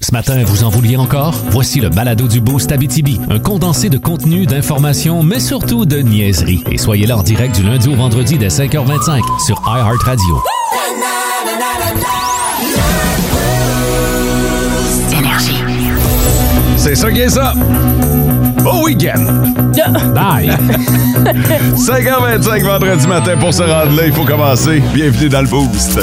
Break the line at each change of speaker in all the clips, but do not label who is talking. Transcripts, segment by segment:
Ce matin, vous en vouliez encore? Voici le balado du Boost Abitibi, un condensé de contenu, d'informations, mais surtout de niaiseries. Et soyez là en direct du lundi au vendredi dès 5h25 sur iHeartRadio.
C'est ça qui est ça. Au week-end.
Bye!
5h25 vendredi matin pour se rendre là, il faut commencer. Bienvenue dans le boost.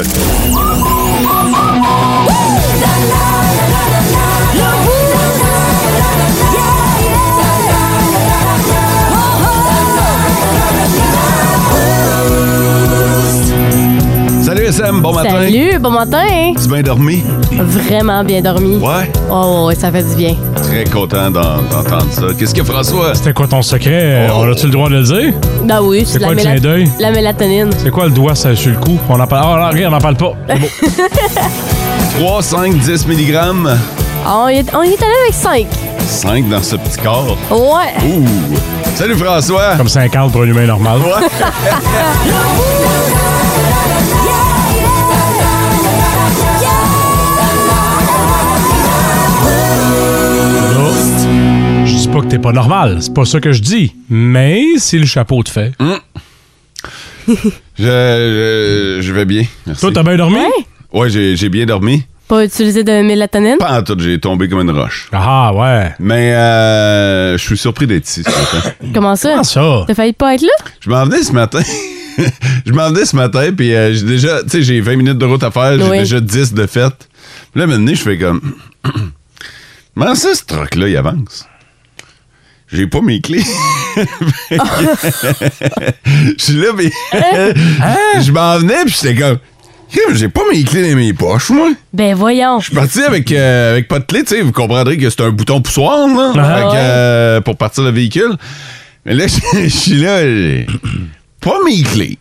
Salut SM, bon matin.
Salut, bon matin.
Tu bien dormi?
Vraiment bien dormi.
Ouais.
Oh, ouais, ça fait du bien.
Très content d'en- d'entendre ça. Qu'est-ce que François?
C'était quoi ton secret?
Oh.
On a-tu le droit de le dire?
Ben oui,
C'est quoi le clin d'œil?
la mélatonine.
C'est quoi le doigt ça, sur le cou? On en parle. Ah, non, regarde, on n'en parle pas. C'est beau.
3, 5, 10 mg.
Ah, On y est, on y est allé avec 5.
5 dans ce petit corps.
Ouais.
Ouh! Salut François!
Comme 50 pour un humain normal.
Ouais.
Là, Je dis pas que t'es pas normal, c'est pas ça que je dis. Mais si le chapeau te fait.
Je, je, je vais bien. Merci.
Toi, t'as bien dormi?
Ouais.
Ouais, j'ai j'ai bien dormi.
Hein? Pas utilisé de mélatonine.
Pas en tout, j'ai tombé comme une roche.
Ah ouais.
Mais euh, je suis surpris d'être ici ce matin.
Comment ça?
Comment ça?
T'as failli pas être là?
Je m'en venais ce matin. je m'en venais ce matin, puis euh, j'ai déjà, tu sais, j'ai 20 minutes de route à faire, j'ai
Oui.
déjà 10 de fête. Puis là, maintenant, je fais comme. Comment ça, ce truc-là, il avance? J'ai pas mes clés. Je suis là, puis. Je m'en venais, puis j'étais comme. Crime, J'ai pas mes clés dans mes poches, moi.
Ben voyons.
Je suis parti avec, euh, avec pas de clé, tu sais. Vous comprendrez que c'est un bouton poussoir, là.
Ah
Fait que,
ouais.
euh, pour partir le véhicule. Mais là, je je suis là. j'ai Pas mes clés.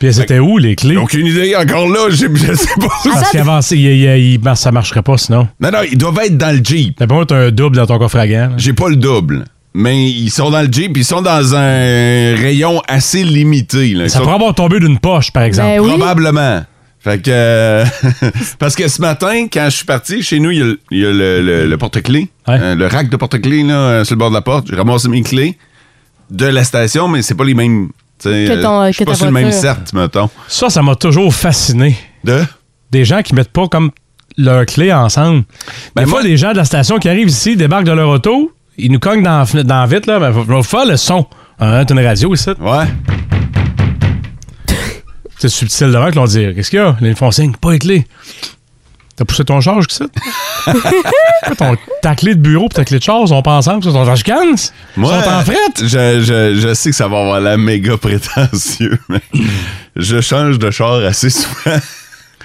Puis c'était où les clés?
J'ai Aucune idée encore là. j'ai- Je, sais pas.
Parce qu'avancé, il, il- il- ça marcherait pas sinon.
Non, non, ils doivent être dans le Jeep.
T'as pas honte, t'as un double dans ton coffre à gants. là.
J'ai pas le double. Mais ils sont dans le Jeep, ils sont dans un rayon assez limité. Là. Ils
Ça
sont-
pourrait avoir tombé d'une poche, par exemple.
Ben oui.
Probablement. Fait que. euh, parce que ce matin, quand je suis parti, chez nous, il y a, le- il y a le, le- le porte-clés.
Ouais.
Euh, le rack de porte-clés, là, euh, sur le bord de la porte. J'ai ramassé mes clés de la station, mais c'est pas les mêmes. tu sais,
Que ton-
euh, je suis
que
pas
ta
sur le même
voiture.
cert, mettons.
Ça, ça m'a toujours fasciné.
De?
des gens qui mettent pas comme leurs clés ensemble.
Ben,
des
moi-
fois, des gens de la station qui arrivent ici, débarquent de leur auto, ils nous cognent dans, la fenêtre- dans la vitre, là, ben, faut, faut faire le son. Hein, t'as une radio ici.
Ouais.
C'est subtil devant que l'on dit Qu'est-ce qu'il y a? Ils font signe, pas les clés. T'as poussé ton charge ici? Pourquoi ton- ta clé de bureau et ta clé de charge sont pas ensemble, ça, sont en chicane? Ils sont
Moi,
en frette?
Je, je- je sais que ça va avoir la méga prétentieux, mais je change de char assez souvent.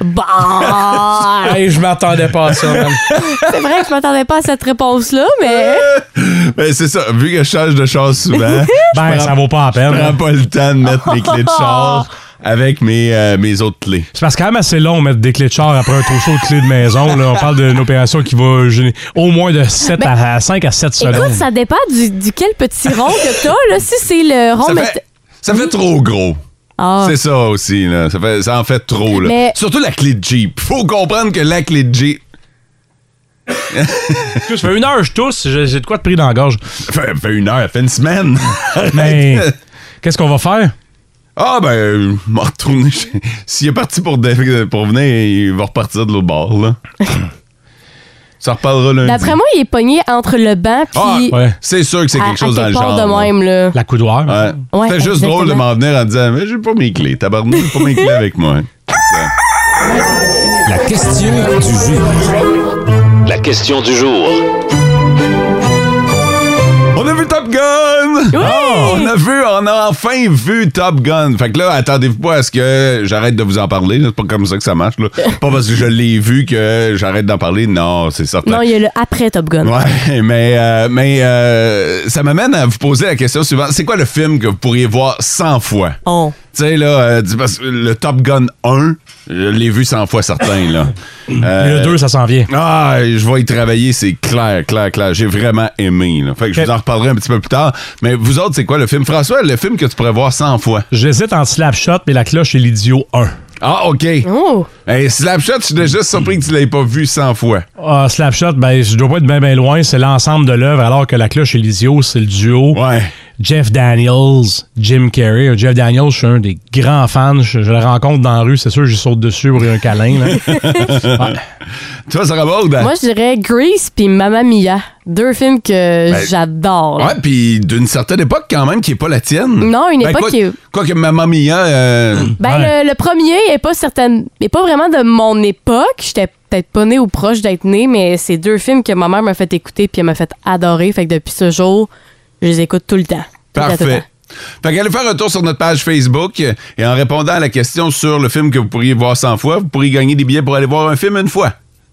Bon.
euh,
Hey, je m'attendais pas à ça, man.
Bah! c'est vrai que je m'attendais pas à cette réponse-là, mais.
mais Ben, c'est ça, vu que je change de char souvent,
Ben, ça vaut pas la peine.
je prends
hein.
pas le temps de mettre mes clés de char avec mes, euh, mes autres clés.
C'est parce que c'est quand même assez long mettre des clés de char après un trousseau de clés de maison. Là, on parle d'une opération qui va gêner au moins de 7 à, 5 à 7 secondes.
Ben, Écoute, ça dépend du, duquel petit rond que t'as, là. Si c'est le rond,
ça,
Oh, mais.
fait, ça fait trop gros.
Ah.
C'est ça aussi, là. Ça, fait, ça en fait trop, là.
Mais-
Surtout la clé de Jeep. Faut comprendre que la clé de Jeep.
Excuse, ça fait une heure je tousse, j'ai j'ai de quoi de pris dans la gorge.
Ça fait, fait une heure, ça fait une semaine.
Mais qu'est-ce qu'on va faire?
ah, ben, euh, m'a retourné. chez- S'il est parti pour, dé- pour venir, il va repartir de l'autre bord, là. ça reparlera lundi.
D'après moi, il est pogné entre le banc
ah,
puis
ouais.
c'est sûr que c'est
à-
quelque chose
à
dans le
quelque part
genre.
de
là.
même, là.
La coudoir.
Ouais.
Ouais,
C'était juste drôle de
exactement.
m'en venir en disant Mais j'ai pas mes clés. Tabarnak, j'ai pas mes clés avec moi.
La question du jour.
La question du jour.
On a vu Top Gun! Oh, on a vu, on a enfin vu Top Gun. Fait que là, attendez-vous pas à ce que j'arrête de vous en parler. là. C'est pas comme ça que ça marche. Là. pas parce que je l'ai vu que j'arrête d'en parler. Non, c'est certain.
Non, il y a le après Top Gun.
Ouais, mais, euh, mais euh, ça m'amène à vous poser la question suivante. C'est quoi le film que vous pourriez voir 100 fois?
Oh.
Tu sais, là, euh, dis- parce que le Top Gun 1, je l'ai vu 100 fois certain, là.
Et
Euh,
le 2, ça s'en vient.
ah, je vais y travailler, c'est clair, clair, clair. J'ai vraiment aimé. là. Fait que je
Ok.
vous en reparlerai un petit peu plus tard. Mais vous autres, c'est quoi le film? François, le film que tu pourrais voir 100 fois.
J'hésite entre Slapshot et La cloche et l'idiot 1.
Ah, OK.
Oh.
Hey, Slapshot, je suis déjà surpris que tu l'aies pas vu 100 fois.
Ah, Slapshot, ben, je dois pas être bien ben loin. C'est l'ensemble de l'œuvre, alors que La Cloche et l'Idiot, c'est le duo.
Ouais.
Jeff Daniels, Jim Carrey. Jeff Daniels, je suis un des grands fans. Je, je le rencontre dans la rue, c'est sûr, je saute dessus pour lui un câlin. là.
Toi, ça remonte.
Moi, je dirais Grease puis Mamma Mia. Deux films que
Ben,
j'adore.
Ouais, puis d'une certaine époque quand même qui est pas la tienne.
Non, une
Ben,
époque
quoi,
qui est-
Quoi que Maman Mia, euh,
Ben,
Ouais.
le, le premier est pas certaine, est pas vraiment de mon époque. J'étais peut-être pas née ou proche d'être née, mais c'est deux films que ma mère m'a fait écouter puis elle m'a fait adorer. Fait que depuis ce jour, je les écoute tout le temps. Tout le temps, tout le
Parfait.
temps.
Fait qu'allez faire un tour sur notre page Facebook euh, et en répondant à la question sur le film que vous pourriez voir 100 fois, vous pourriez gagner des billets pour aller voir un film une fois.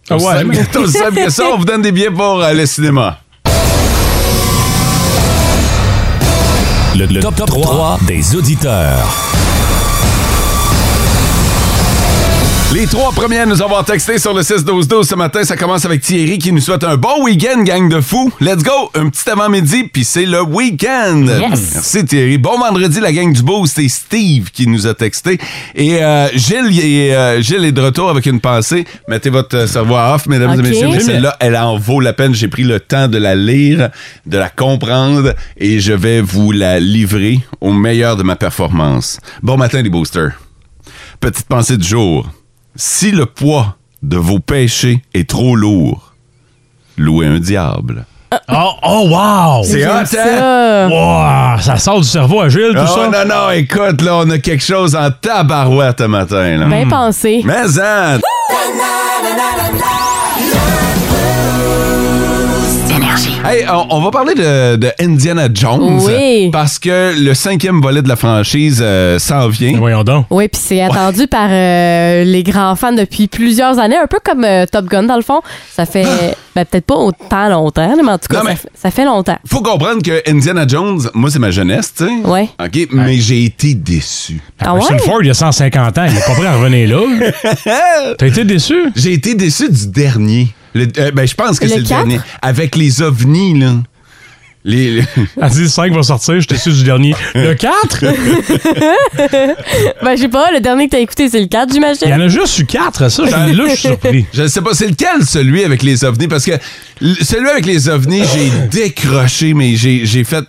Ah ouais,
Aussi
mais-
simple- aussi simple que ça, on vous donne des billets pour aller au cinéma.
Le, le top, 3 des auditeurs.
Les trois premiers à nous avoir texté sur le 6-12-12 ce matin, ça commence avec Thierry qui nous souhaite un bon week-end, gang de fous. Let's go! Un petit avant-midi, puis c'est le week-end!
Yes.
Merci Thierry. Bon vendredi, la gang du beau, c'est Steve qui nous a texté. Et euh, Gilles, il est, euh, Gilles est de retour avec une pensée. Mettez votre euh, cerveau à off, mesdames
Ok.
et messieurs, mais
Oui, mais-
celle-là, elle en vaut la peine. J'ai pris le temps de la lire, de la comprendre, et je vais vous la livrer au meilleur de ma performance. Bon matin, les boosters. Petite pensée du jour. Si le poids de vos péchés est trop lourd, louez un diable.
oh, oh, wow!
C'est hot, hein?
Ça,
Wow, ça sort du cerveau à Gilles, tout
Oh,
ça.
non, non, écoute, là, on a quelque chose en tabarouette ce matin. Là.
bien pensé.
Hmm. Mais hein, Hey, on, on va parler de, de Indiana Jones.
Oui.
Parce que le cinquième volet de la franchise euh, s'en
Mais
vient.
Voyons donc.
Oui, puis c'est attendu par euh, les grands fans depuis plusieurs années, un peu comme euh, Top Gun dans le fond. Ça fait ben, peut-être pas autant longtemps, mais en tout cas,
Ah! Non,
ça,
mais-
fait- ça fait longtemps.
Faut comprendre que Indiana Jones, moi, c'est ma jeunesse, tu sais.
Ouais.
OK, mais j'ai été déçu.
Ah
Harrison
ouais?
Ford, il y a 150 ans, il n'est pas prêt à revenir là. T'as été déçu?
J'ai été déçu du dernier. Le- euh, ben, je pense que
Le
c'est le
quatre?
dernier. Avec les ovnis, là. Les, les-
Elle dit le 5 va sortir, j'étais déçu du dernier. Le 4?
Ben, je sais pas, le dernier que t'as écouté, c'est le 4,
Il y
j'imagine.
en a juste eu 4, ça. je- Là, je suis surpris.
Je ne sais pas, c'est lequel celui avec les ovnis? Parce que l- celui avec les ovnis, j'ai décroché, mais j'ai j'ai fait.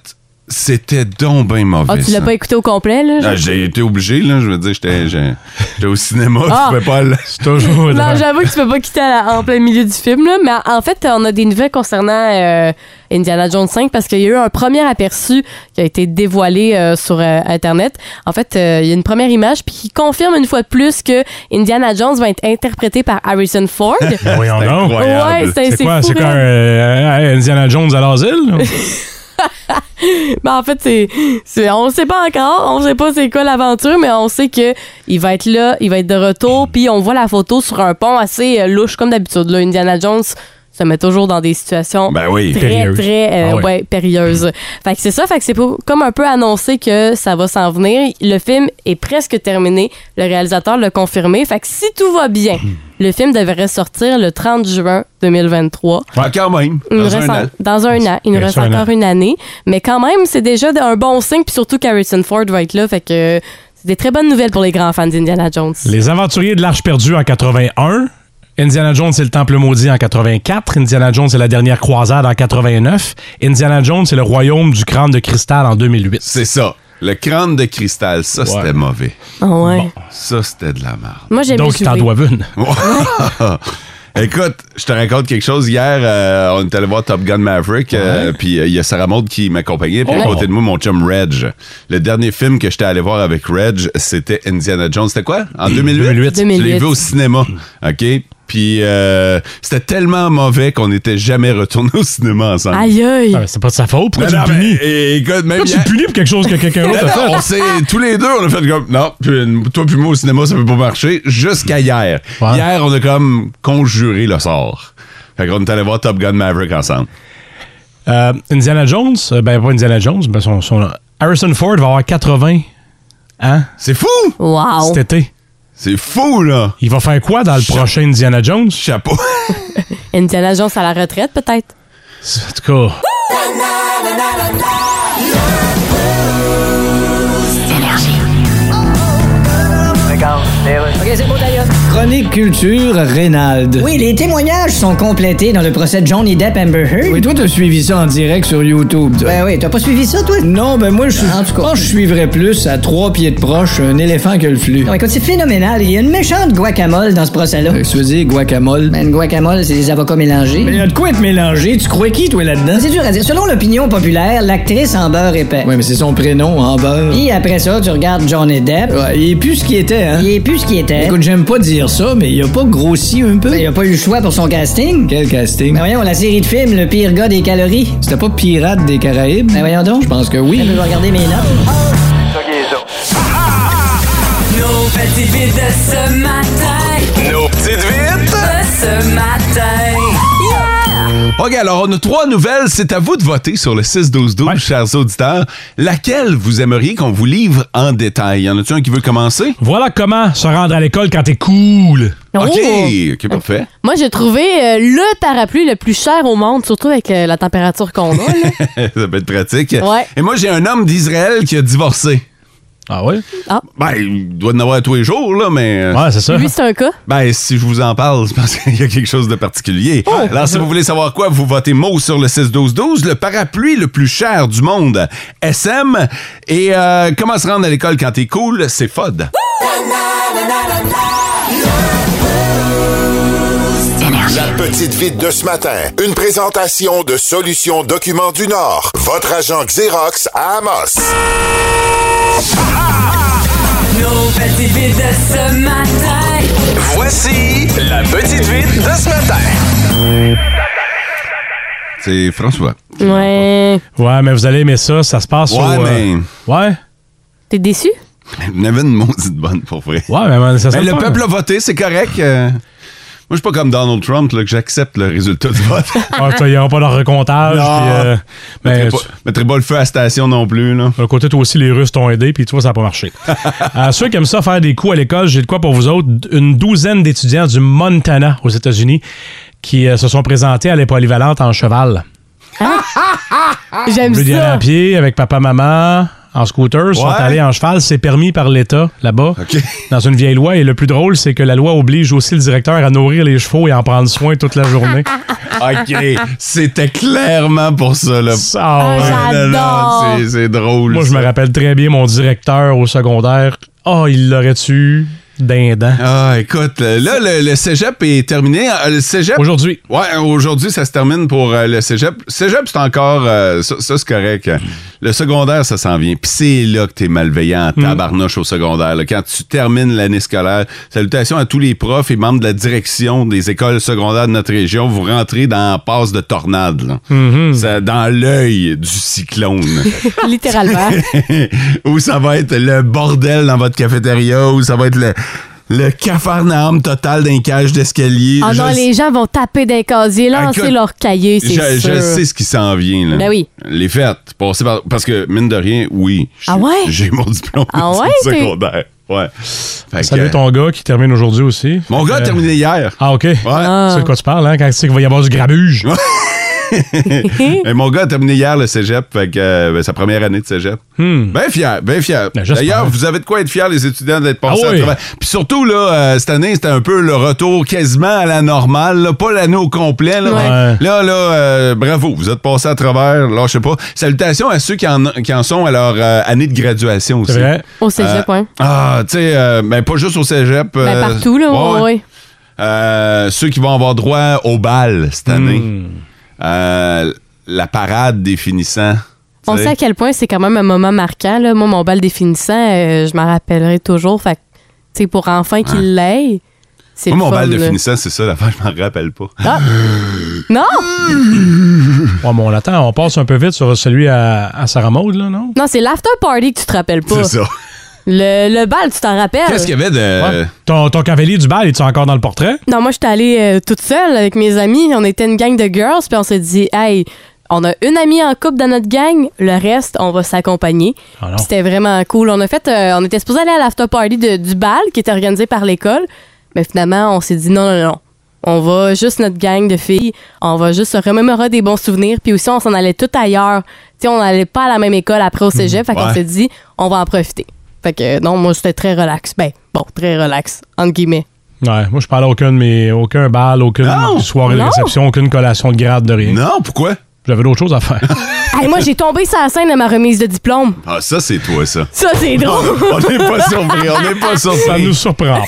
C'était donc bien mauvais.
Ah, tu l'as
ça.
pas écouté au complet,
Ben,
là?
Ah, j'ai été obligé, là. Je veux dire, j'étais j'ai- j'étais au cinéma,
Ah.
je pouvais pas. le-
C'est toujours.
Non, j'avoue que tu peux pas quitter à la- en plein milieu du film, là. Mais en fait, on a des nouvelles concernant euh, Indiana Jones 5 parce qu'il y a eu un premier aperçu qui a été dévoilé euh, sur euh, Internet. En fait, euh, il y a une première image puis qui confirme une fois de plus que Indiana Jones va être interprété par Harrison Ford.
Ben Voyons donc.
incroyable.
Ouais, c'est
C'est quoi?
fou, hein.
C'est quoi
raide.
euh, euh, Indiana Jones à l'asile?
Ben, en fait, c'est, c'est- on le sait pas encore, on sait pas c'est quoi l'aventure, mais on sait que il va être là, il va être de retour, puis on voit la photo sur un pont assez euh, louche comme d'habitude. Là, Indiana Jones se met toujours dans des situations
Ben oui.
très
Périlleuse.
très euh,
Ah
ouais.
ouais.
périlleuse. Fait que c'est ça, fait que c'est pour- comme un peu annoncé que ça va s'en venir. Le film est presque terminé, le réalisateur l'a confirmé. Fait que si tout va bien, le film devrait sortir le 30 juin 2023.
Ouais, Ah, quand même.
Il nous
Dans
reste
un
en-
an.
dans un an. Il nous
Bien
reste
sûr, un
encore
an.
une année. Mais quand même, c'est déjà un bon signe. Puis surtout qu'Harrison Ford va être là. Fait que c'est des très bonnes nouvelles pour les grands fans d'Indiana Jones.
Les aventuriers de l'Arche perdue en 81. Indiana Jones c'est le Temple maudit en 84. Indiana Jones c'est la dernière croisade en 89. Indiana Jones c'est le royaume du crâne de cristal en 2008.
C'est ça. Le crâne de cristal, ça, c'était mauvais.
Ah ouais.
Ça, c'était de la merde.
Moi, j'aime
Donc, ils t'en doivent une.
Écoute, je te raconte quelque chose. Hier, euh, on est allé voir Top Gun Maverick, euh, puis euh, il y a Sarah Maud qui m'accompagnait, puis à
Oh.
côté de moi, mon chum Reg. Le dernier film que j'étais allé voir avec Reg, c'était Indiana Jones. C'était quoi? En 2008?
2008.
Je l'ai
2008.
vu au cinéma, OK? Puis euh, c'était tellement mauvais qu'on n'était jamais retourné au cinéma ensemble.
Aïe, aïe.
Ah, mais c'est pas de sa faute. Pourquoi
Non, non,
tu le punis?
mais, é- écoute, même
Pourquoi tu
hier-
le punis pour quelque chose que quelqu'un d'autre a
Non,
fait?
non, on s'est- tous les deux, on a fait comme, non, puis- toi puis moi au cinéma, ça peut pas marcher, jusqu'à hier.
Ouais.
Hier, on a comme conjuré le sort. Fait qu'on est allé voir Top Gun Maverick ensemble.
Euh, Indiana Jones, euh, ben pas Indiana Jones, ben son, son- Harrison Ford va avoir 80 ans
C'est fou!
Wow.
cet été.
C'est fou, là!
Il va faire quoi dans le prochain Indiana Jones?
Chapeau!
Indiana Jones à la retraite, peut-être.
En tout cas.
chronique culture Reynald.
Oui, les témoignages sont complétés dans le procès de Johnny Depp Amber Heard.
Oui, toi, t'as suivi ça en direct sur YouTube, toi.
Ben oui, t'as pas suivi ça, toi?
Non, ben moi, je
En tout cas.
moi, je suivrais plus à trois pieds de proche un éléphant que le flux.
Non, écoute, c'est phénoménal. Il y a une méchante guacamole dans ce procès-là.
Euh, Tu veux dire guacamole?
Ben, une guacamole, c'est des avocats mélangés. Ben,
Mais y a de quoi être mélangé. Tu crois qui, toi, là-dedans?
C'est dur à dire. Selon l'opinion populaire, l'actrice en beurre épais.
Ouais, mais c'est son prénom, Amber.
Et après ça, tu regardes Johnny Depp.
Ouais, il est plus ce qu'il était, hein?
Il est plus ce qu'il était.
Écoute, j'aime pas dire ça, mais il a pas grossi un peu?
Ben, il a pas eu le choix pour son casting.
Quel casting?
Ben voyons, la série de films, le pire gars des calories.
C'était pas Pirate des Caraïbes?
Ben voyons donc.
Je pense que oui.
Je vais regarder mes notes.
Nos petites vites de ce matin.
Nos petites vites.
De ce matin.
OK, alors on a trois nouvelles. C'est à vous de voter sur le 6-12-12, chers auditeurs. Laquelle vous aimeriez qu'on vous livre en détail? Y en a-tu un qui veut commencer?
Voilà comment se rendre à l'école quand t'es cool.
OK,
Oh!
OK, parfait.
Moi, j'ai trouvé euh, le parapluie le plus cher au monde, surtout avec euh, la température qu'on a. là.
ça peut être pratique.
Ouais.
Et moi, j'ai un homme d'Israël qui a divorcé.
Ah ouais?
Ben, il doit en avoir tous les jours, là, mais... euh,
Ouais, c'est ça.
Lui, c'est un cas.
Ben, si je vous en parle, c'est parce qu'il y a quelque chose de particulier. Alors, si vous voulez savoir quoi, vous votez mot sur le 6-12-12, le parapluie le plus cher du monde, SM. Et euh, comment se rendre à l'école quand t'es cool, c'est FOD.
La petite vite de ce matin. Une présentation de Solutions Documents du Nord. Votre agent Xerox à Amos.
Nos petites vites de ce matin.
Voici la petite vite de ce matin.
C'est François.
Ouais.
Ouais, mais vous allez aimer ça, ça se passe
Ouais,
au... euh,
mais...
Ouais?
T'es déçu?
Il y en avait une maudite bonne, pour vrai.
Ouais, mais man, ça hein? se
Ben, le
passe.
peuple a voté, c'est correct. euh, moi, je suis pas comme Donald Trump, là, que j'accepte le résultat du vote.
Ah, tu sais, ils auront pas leur recomptage.
Non.
puis, euh,
Je
mais
mettrais pas,
tu-
mettrais pas le feu à la station non plus, là.
d'un côté, toi aussi, les Russes t'ont aidé, puis toi, ça n'a pas marché. À ceux qui aiment ça faire des coups à l'école, j'ai de quoi pour vous autres. Une douzaine d'étudiants du Montana, aux États-Unis, qui euh, se sont présentés à les polyvalentes en cheval.
J'aime
Au lieu d'y aller à
ça.
pied avec papa, maman, en scooter, sont
Ouais.
allés en cheval. C'est permis par l'État là-bas,
OK.
dans une vieille loi. Et le plus drôle, c'est que la loi oblige aussi le directeur à nourrir les chevaux et en prendre soin toute la journée.
Ah, OK. C'était clairement pour ça, là.
Ah ouais.
Ah,
Non, non,
j'adore.
c'est- C'est drôle.
Moi, je
ça.
me rappelle très bien mon directeur au secondaire. Ah, il l'aurait tu d'un dent.
Ah, écoute, euh, là, le, le cégep est terminé. Euh, Le cégep.
Aujourd'hui.
Ouais, aujourd'hui, ça se termine pour euh, le cégep. Cégep, c'est encore. euh, ça, ça, c'est correct. Le secondaire, ça s'en vient. Puis c'est là que t'es malveillant, en
Mm.
tabarnouche au secondaire. là. Quand tu termines l'année scolaire, salutations à tous les profs et membres de la direction des écoles secondaires de notre région. Vous rentrez dans la passe de tornade. là.
Mm-hmm.
Ça- dans l'œil du cyclone.
Littéralement.
où ça va être le bordel dans votre cafétéria, où ça va être le, le cafarnaum total d'un cage d'escalier.
Ah
Je
non,
le
les gens vont taper d'un casier, lancer
Écoute,
leur cahier, c'est
je,
sûr.
je sais ce qui s'en vient. Là.
Ben oui.
Les fêtes. passer par- parce que, mine de rien, oui. j'ai-
Ah ouais?
J'ai mon diplôme
Ah
d'études
ouais, t'es-
secondaires. Ouais. Fait que,
Salut ton gars qui termine aujourd'hui aussi.
Mon gars a
Euh,
terminé hier.
Ah, OK.
Ouais.
Tu sais de quoi tu parles, hein? Quand tu sais qu'il va y avoir du grabuge. Hein?
Mais mon gars a terminé hier le cégep, fait que, euh, ben, sa première année de cégep. Ben fier, ben fier.
Hmm. Ben, j'espère.
D'ailleurs, vous avez de quoi être fiers, les étudiants, d'être passés
Ah
à
oui.
travers. Puis surtout, là, euh, cette année, c'était un peu le retour quasiment à la normale, là. pas l'année au complet. Là,
Ouais.
Mais là, là, euh, bravo, vous êtes passés à travers, là, je sais pas. Salutations à ceux qui en, qui en sont à leur euh, année de graduation aussi.
C'est vrai.
Au cégep,
Euh,
hein.
Ah, tu sais, euh, ben pas juste au cégep.
Ben,
euh,
partout, là,
ouais,
ouais,
ouais.
ouais.
Euh, ceux qui vont avoir droit au bal
Hmm.
cette année. Euh, la parade des finissants.
On
Tu sais.
sait à quel point c'est quand même un moment marquant. Là. Moi, mon bal définissant, euh, je m'en rappellerai toujours. Fait que, tu sais, pour enfin qu'il l'aille, c'est
Moi,
le
mon
fun,
bal de
là.
finissant, c'est ça, la fin, je m'en rappelle pas.
Non!
Ouais, mais on attend, on passe un peu vite sur celui à, à Sarah Maud, là, non?
Non, c'est l'after party que tu te rappelles pas. Ah,
C'est ça.
Le, le bal, tu t'en rappelles?
Qu'est-ce qu'il y avait
Ouais.
de.
Ton, ton cavalier du bal, est tu encore dans le portrait?
Non, moi, j'étais allée euh, toute seule avec mes amis. On était une gang de girls, puis on s'est dit, hey, on a une amie en couple dans notre gang, le reste, on va s'accompagner.
Ah non.
Puis C'était vraiment cool. On a fait, euh, on était supposé aller à l'after party de- du bal qui était organisé par l'école, mais finalement, on s'est dit non, non, non. On va juste notre gang de filles, on va juste se remémorer des bons souvenirs, puis aussi on s'en allait tout ailleurs. Tu sais, on n'allait pas à la même école après au
Hmm,
cégep, fait qu'on
ouais.
s'est dit, on va en profiter. Fait que euh, non, moi j'étais très relax. Ben, bon, très relax, entre guillemets.
Ouais, moi, je parle à aucun, de mes, aucun bal, aucune
Non!
soirée de
Non!
réception, aucune collation de grade, de rien.
Non, pourquoi?
J'avais d'autres choses à faire.
Hey, moi, j'ai tombé sur la scène à ma remise de diplôme.
Ah, ça, c'est toi, ça.
Ça, c'est
On
drôle.
n'est pas surpris, on n'est pas
Ça nous
surpris.
surprend.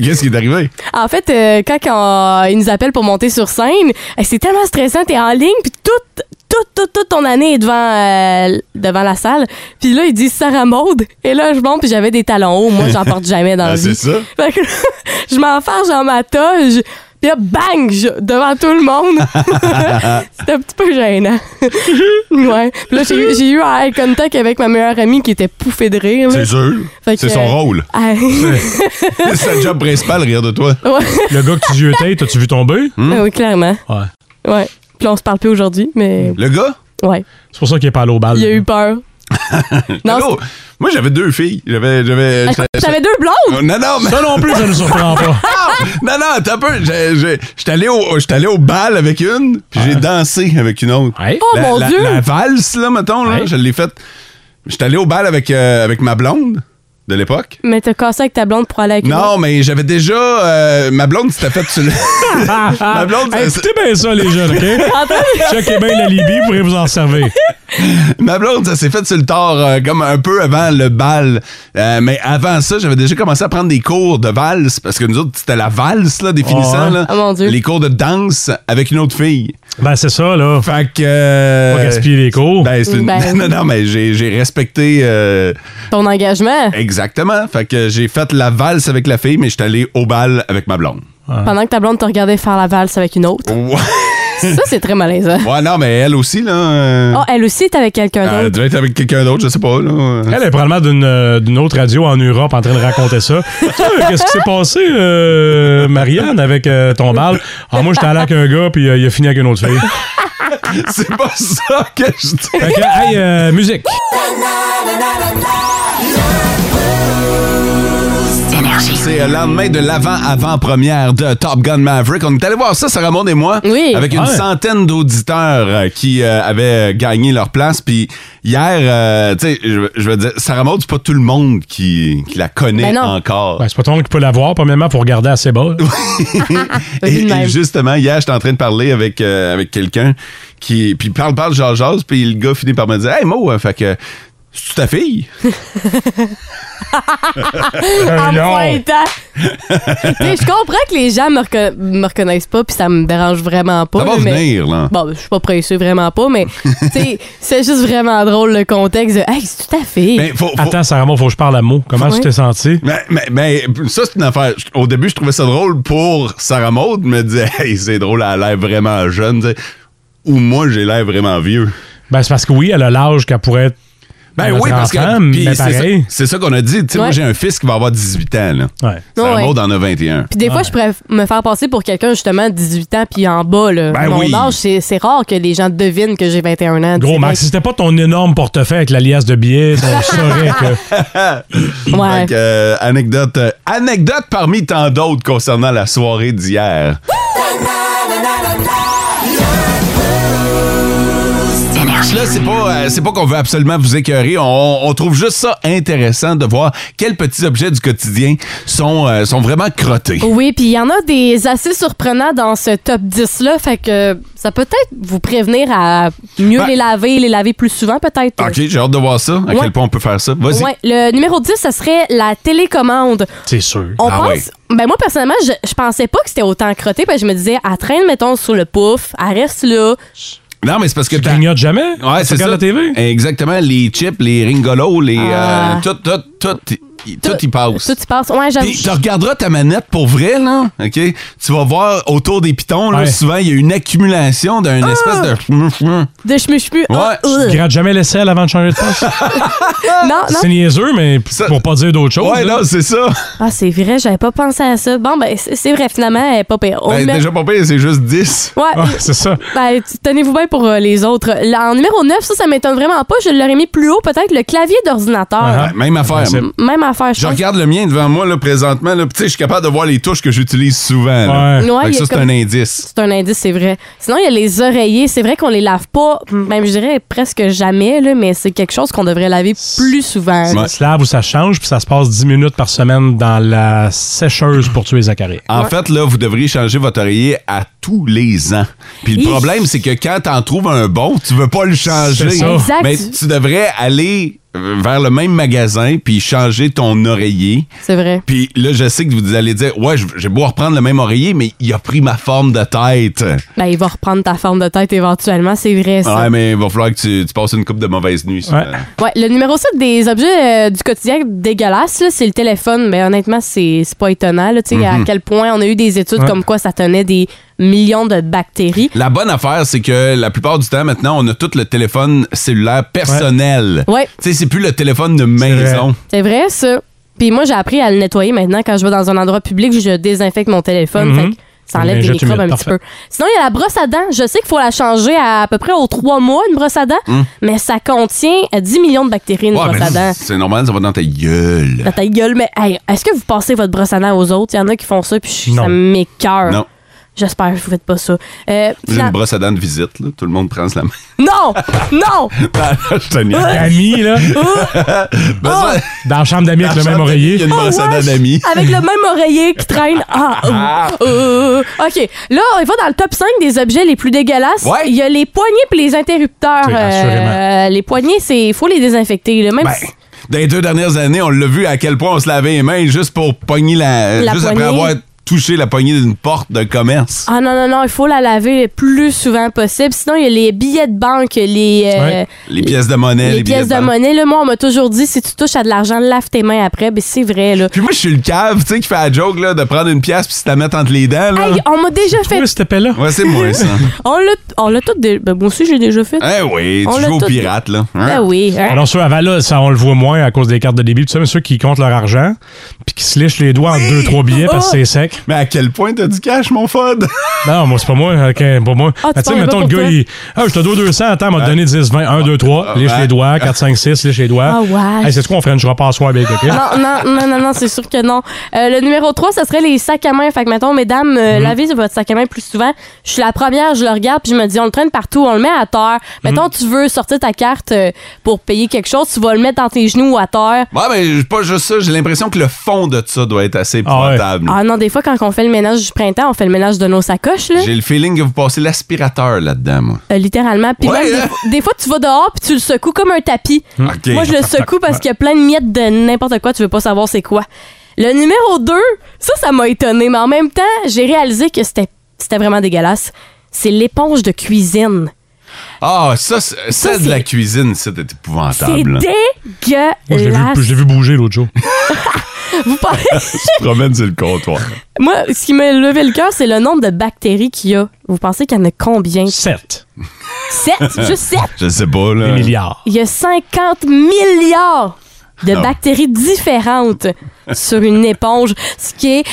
Qu'est-ce qui est arrivé?
En fait, euh, quand, on- ils nous appellent pour monter sur scène, euh, c'est tellement stressant. T'es en ligne, puis toute, toute, toute, toute ton année est devant, euh, devant la salle. Puis là, ils disent Sarah Maude. Et là, je monte, puis j'avais des talons hauts. Moi, j'en porte jamais dans
Ah,
la
c'est
vie.
ça?
Fait que là, je m'enfarge dans ma toge. Puis là, bang, je- devant tout le monde. C'était un petit peu gênant. ouais. Puis là, j'ai j'ai eu un eye contact avec ma meilleure amie qui était pouffée de rire. là.
C'est sûr.
Fait que-
C'est son rôle.
Ah,
C'est sa job principale, rire de toi.
Le gars que tu yeutais, t'as-tu vu tomber?
Hmm?
oui, clairement.
Ouais.
Ouais. Puis là, on se parle plus aujourd'hui, mais
Le gars?
ouais.
C'est pour ça qu'il est pas allé au bal.
Il a eu peur. non, Ah,
Allô? Moi, j'avais deux filles. J'avais. j'avais-
c'est- j'avais deux blondes.
Non, non, mais.
Ça non plus, ça ne surprend pas.
Non, non, attends un peu. J'ai- j'ai- J'étais allé, au- j'étais allé au bal avec une, puis j'ai dansé avec une autre.
Ouais.
Oh
la,
mon
la-
Dieu!
la valse, là, mettons, là,
Ouais.
je l'ai faite. J'étais allé au bal avec, euh, avec ma blonde de l'époque.
Mais t'as cassé avec ta blonde pour aller avec une autre.
Non, mais j'avais déjà. euh, ma blonde s'était faite sur le.
Ah, ah.
Ma blonde,
Hey,
c'est-
écoutez bien ça, les jeunes, OK?
Ah,
Checkez bien la Libye, vous pourrez vous en servir.
Ma blonde, ça s'est fait sur le tard, euh, comme un peu avant le bal. Euh, mais avant ça, j'avais déjà commencé à prendre des cours de valse, parce que nous autres, c'était la valse, là, définissant,
Ouais.
là.
Ah, mon Dieu.
Les cours de danse avec une autre fille.
Ben, c'est ça, là.
Fait que. euh,
Pas gaspiller les cours.
Ben, c'est une-
Ben.
Non, non, mais j'ai j'ai respecté. euh,
Ton engagement,
exactement. Fait que j'ai fait la valse avec la fille, mais j'étais allé au bal avec ma blonde.
pendant que ta blonde te regardait faire la valse avec une autre.
Ouais,
Ça, c'est très malaisant.
Ouais, Ah, non, mais elle aussi, là. euh,
Oh, elle aussi est avec quelqu'un
elle
d'autre.
devait être avec quelqu'un d'autre, je sais pas, là.
Elle est probablement d'une euh, d'une autre radio en Europe en train de raconter ça. Tu sais, Qu'est-ce qui s'est passé, euh, Marianne, avec euh, ton bal? Ah, moi, j'étais allé avec un gars, puis euh, il a fini avec une autre fille.
C'est pas ça que je dis.
Fait que, hey, euh, musique.
C'est le lendemain de l'avant-avant-première de Top Gun Maverick. On est allé voir ça, Sarah Maud et moi,
Oui.
avec une
Ouais.
centaine d'auditeurs euh, qui euh, avaient gagné leur place. Puis hier, euh, tu sais, je, je veux dire, Sarah Maud, c'est pas tout le monde qui, qui la connaît
Ben non.
encore.
Ben, c'est pas ton qui peut la voir, premièrement, pour regarder assez bas. là.
Et,
Lui de
et
même.
justement, hier, j'étais en train de parler avec, euh, avec quelqu'un qui. Puis il parle, parle, jase, jase, puis le gars finit par me dire Hey Mo, euh, fait que. C'est ta fille?
En
Euh, non.
pointant. hein. Tu sais, je comprends que les gens me, reco- me reconnaissent pas, puis ça me dérange vraiment pas.
Ça va
là, mais-
venir, là.
Bon, ben, je suis pas pressée, vraiment pas, mais tu sais, c'est juste vraiment drôle le contexte de Hey, c'est tout à fait.
Mais Ben, faut- faut-
Attends, Sarah, Maud, faut que je parle à mot. Comment
Oui.
tu t'es senti?
Mais, mais, mais ça, c'est une affaire. Au début, je trouvais ça drôle pour Sarah Maud. me disait, hey, c'est drôle, elle a l'air vraiment jeune. tu sais. Ou moi, j'ai l'air vraiment vieux.
Ben, c'est parce que oui, elle a l'âge qu'elle pourrait être.
Ben
notre
oui, parce
enfant,
que. puis c'est
mais
ça-
pareil.
c'est ça, qu'on a dit. Tu sais, Moi,
Ouais.
j'ai un fils qui va avoir 18 ans. Là.
Ouais.
Sarah
Ouais.
Maud en a 21.
Puis des fois, je pourrais me faire passer pour quelqu'un, justement, 18 ans puis en bas. Là.
Ben
Mon
oui.
âge, c'est, c'est rare que les gens devinent que j'ai 21 ans. 19
Gros,
ans.
Max, si c'était pas ton énorme portefeuille avec l'alias de billets, on saurait que.
Ouais.
Fait que, euh, anecdote, euh, anecdote parmi tant d'autres concernant la soirée d'hier. Là, c'est pas, euh, c'est pas qu'on veut absolument vous écœurer. On, on trouve juste ça intéressant de voir quels petits objets du quotidien sont, euh, sont vraiment crottés.
Oui, puis il y en a des assez surprenants dans ce top 10-là. Fait que ça peut peut-être vous prévenir à mieux
Ben- Ah,
les laver, les laver plus souvent, peut-être.
OK, j'ai hâte de voir ça. À
Ouais.
quel point on peut faire ça. Vas-y.
Ouais, le numéro 10, ce serait la télécommande.
C'est sûr.
On
Ah
pense.
ouais.
Ben moi, personnellement, je, je pensais pas que c'était autant crotté, parce que je me disais, elle traîne, mettons, sur le pouf, elle reste là.
Non, mais c'est parce que.
Tu
t'as-
clignotes jamais?
Ouais,
Tu
c'est ça.
regardes la TV?
Exactement. Les chips, les ringolos, les.
Ah.
euh, tout, tout, tout, y- tout y passe.
Tout y passe. Ouais, j'avoue.
Puis tu regarderas ta manette pour vrai, là, OK? Tu vas voir autour des pitons, là,
Ouais.
souvent, il y a une accumulation d'un
Ah!
espèce de... chmou, chmou.
De chemu-chemu. Ah,
Ouais.
euh.
Tu grattes jamais l'aisselle avant de changer de poste?
Non, non.
Ah, C'est niaiseux, mais p-
Ça-
pour pas dire d'autres choses.
Ouais, là,
là.
c'est ça.
Ah, c'est vrai, j'avais pas pensé à ça. Bon, ben, c'est c'est vrai, finalement, elle est pas pire. On
Ben,
met-
Déjà, pas pire, c'est juste 10.
Ouais.
Ah, c'est ça.
Ben, t- tenez-vous bien pour euh, les autres. Là, en numéro 9, ça, ça m'étonne vraiment pas. Je l'aurais mis plus haut, peut-être le clavier d'ordinateur.
Ah,
Ouais, même affaire.
c'est-
Même à faire, je
Je
pense.
regarde le mien devant moi là, présentement. Là. Puis, tu sais, Je suis capable de voir les touches que j'utilise souvent. là.
Ouais.
Ouais,
Fait que
il y a
ça, c'est
comme-
un indice.
C'est un indice, c'est vrai. Sinon, il y a les oreillers. C'est vrai qu'on les lave pas, même je dirais presque jamais, là, mais c'est quelque chose qu'on devrait laver plus souvent.
Ouais.
Ça se lave ou ça change, puis ça se passe 10 minutes par semaine dans la sécheuse pour tuer Zacharie.
En fait, là, vous devriez changer votre oreiller à tous les ans. Puis le
Hi.
problème, c'est que quand t'en trouves un bon, tu veux pas le changer.
C'est ça.
Exact.
Mais tu devrais aller euh, vers le même magasin puis changer ton oreiller.
C'est vrai.
Puis là, je sais que vous allez dire, ouais, je- j'ai beau reprendre le même oreiller, mais il a pris ma forme de tête.
Ben, il va reprendre ta forme de tête éventuellement, c'est vrai. Ça.
Ouais, mais il va falloir que tu, tu passes une coupe de mauvaise nuit. ça.
Ouais.
Ouais, le numéro 7 des objets euh, du quotidien dégueulasses, là, c'est le téléphone. Mais honnêtement, c'est c'est pas étonnant. Là, tu sais,
Mm-hmm.
À quel point on a eu des études
Ouais.
comme quoi ça tenait des millions de bactéries.
La bonne affaire, c'est que la plupart du temps, maintenant, on a tout le téléphone cellulaire personnel.
Ouais.
Tu sais, c'est plus le téléphone de
vrai.
maison.
C'est vrai, ça. Puis moi, j'ai appris à le nettoyer maintenant. Quand je vais dans un endroit public, je désinfecte mon téléphone.
Mhm.
Mm-hmm.
Fait que ça enlève
Les
des
jets
microbes un
humides,
petit peu. Sinon, il y a la brosse à dents. Je sais qu'il faut la changer à, à peu près aux trois mois, une brosse à dents.
Mm.
Mais ça contient euh, 10 millions de bactéries, une
Ouais,
brosse
mais
à dents.
c'est normal, ça va dans ta gueule.
Dans ta gueule, mais hey, est-ce que vous passez votre brosse à dents aux autres? Il y en a qui font ça, puis je-
Non.
ça m'écœure.
Non.
J'espère que vous faites pas ça. Euh,
J'ai
fina-
une brosse à dents de visite, là. tout le monde prend la main.
Non! Non!
Ah, là, je te niaise.
D'amis, là,
Ben,
Ah,
ça,
dans la chambre d'amis avec le
j'entends
même
qu'il y a
oreiller.
une
Oh,
brosse à
wesh!
dents d'amis.
Avec le même oreiller qui traîne. Ah, euh, euh, euh. OK. Là, on va dans le top 5 des objets les plus dégueulasses.
Ouais.
Il y a les poignées puis les interrupteurs. Euh,
Oui, assurément.
les poignées, c'est faut les désinfecter. là. Même
Ben,
si-
dans les deux dernières années, on l'a vu à quel point on se lavait les mains juste pour pogner la. euh,
La
juste après
poignée.
avoir touché la poignée d'une porte de commerce.
Ah non, non, non, il faut la laver le plus souvent possible. Sinon, il y a les billets de banque, les, euh,
Ouais.
Les pièces de monnaie,
les,
Eh, les,
pièces de
banque.
monnaie. Là, moi, on m'a toujours dit, si tu touches à de l'argent, lave tes mains après. Ben, c'est vrai, là.
Puis moi, je suis le cave, tu sais, qui fait la joke là, de prendre une pièce puis se la mettre entre les dents. Là.
Hey, on m'a déjà fait.
Trouve cet épais-là.
Ouais, c'est moi, ça.
On l'a, on l'a tout. dé- Ben, moi aussi, j'ai déjà fait.
Eh oui,
On
tu
l'a
joues au
tout-
pirate, là. Hein?
Ah oui. hein.
Alors, ceux avant, là, ça, on le voit moins à cause des cartes de débit, tout ça, mais ceux qui comptent leur argent, puis qui se lichent les doigts en deux, trois billets parce que c'est sec.
Mais à quel point t'as du cash, mon fod?
Non, moi, c'est pas moi. OK, pas moi.
Ah, tu
Mais tu sais,
parles
mettons,
pas
le
pour
gars,
toi.
il. Ah, je te dois 200, attends, il m'a donné 10, 20, 1, 2, 3, liche les doigts, 4, 5, 6, liche les doigts.
Ah, ouais. Ah,
Hey, c'est quoi, on ferait une joueur passoire avec, OK?
Non, non, non, non, non, c'est sûr que non. Euh, le numéro 3, ça serait les sacs à main. Fait que, mettons, mesdames, euh, lavez votre sac à main plus souvent. Je suis la première, je le regarde, puis je me dis, on le traîne partout, on le met à terre. Mettons, tu veux sortir ta carte euh, pour payer quelque chose, tu vas le mettre dans tes genoux ou à terre.
Ouais, mais c'est pas juste ça, j'ai l'impression que le fond de ça doit être assez
Ah ouais.
potable.
Ah non, des fois, quand on fait le ménage du printemps, on fait le ménage de nos sacoches, là.
J'ai le feeling que vous passez l'aspirateur là-dedans, moi.
Euh, littéralement. Puis
Ouais,
même, des,
hein?
fo- des fois, tu vas dehors, puis tu le secoues comme un tapis.
OK.
Moi, je le secoue parce qu'il y a plein de miettes de n'importe quoi, tu veux pas savoir c'est quoi. Le numéro 2, ça, ça m'a étonné, mais en même temps, j'ai réalisé que c'était c'était vraiment dégueulasse. C'est l'éponge de cuisine.
Ah, ça, c'est-
Ça,
celle de la
c'est-
cuisine, c'est
C'est
épouvantable. là.
Moi, je l'ai vu,
dégueulasse.
je l'ai vu bouger l'autre jour.
Vous parlez-
Tu te promènes sur le comptoir.
Moi, ce qui m'a levé le cœur, c'est le nombre de bactéries qu'il y a. Vous pensez qu'il y en a combien?
7.
Sept, juste sept.
Je sais pas,
Des
là.
milliards.
Il y a 50 milliards de
Non.
bactéries différentes sur une éponge, ce qui est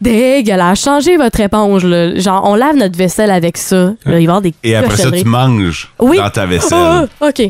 dégueulasse. Changez votre éponge. là. Genre, on lave notre vaisselle avec ça. Là, il va y avoir des
Et après ça,
cochonneries.
tu manges
Oui. oh,
dans ta
Ah,
vaisselle.
ah, OK.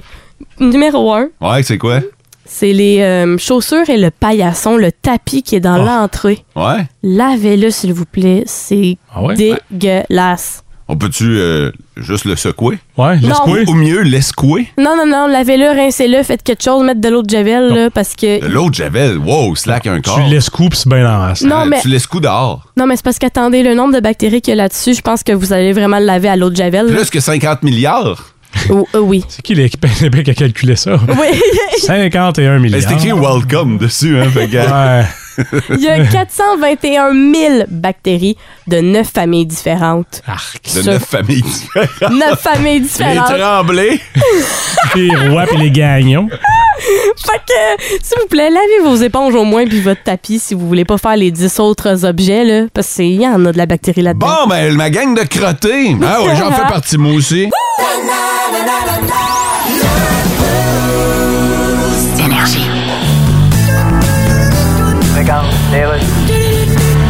Numéro un,
Ouais, c'est quoi?
c'est les euh, chaussures et le paillasson, le tapis qui est dans
Ah.
l'entrée.
Ouais.
Lavez-le, s'il vous plaît. C'est
Ah ouais?
dégueulasse.
On peut-tu euh, juste le secouer?
Ouais, laisse
Non.
couer.
Ou mieux, l'escouer?
Non, non, non. Lavez-le, rincez-le, faites quelque chose, mettez de l'eau de javel, là, parce que...
De L'autre javel, wow, slack un corps.
Tu laisses couper, puis c'est bien dans la race.
Non,
Euh,
mais-
Tu l'escoues dehors.
Non, mais c'est parce qu'attendez, le nombre de bactéries qu'il y a là-dessus, je pense que vous allez vraiment le laver à l'eau de Javel. là.
Plus que 50 milliards.
Oh, oh oui.
C'est qui l'équipe olympique qui a calculé ça?
Oui,
51
Mais
milliards.
C'est écrit welcome dessus, hein, fait
Ah.
que-
Ouais.
il y a 421 000 bactéries de neuf familles différentes.
Arc.
De
Ça.
neuf familles
Ah.
différentes.
Neuf familles
Les
différentes.
tremblés.
Les rois puis les gagnons.
Fait que, s'il vous plaît, lavez vos éponges au moins puis votre tapis si vous voulez pas faire les 10 autres objets, là, parce qu'il y en a de la bactérie là-dedans.
Bon, ben, ma gang de crottés. Ah ouais, j'en fais partie, moi aussi.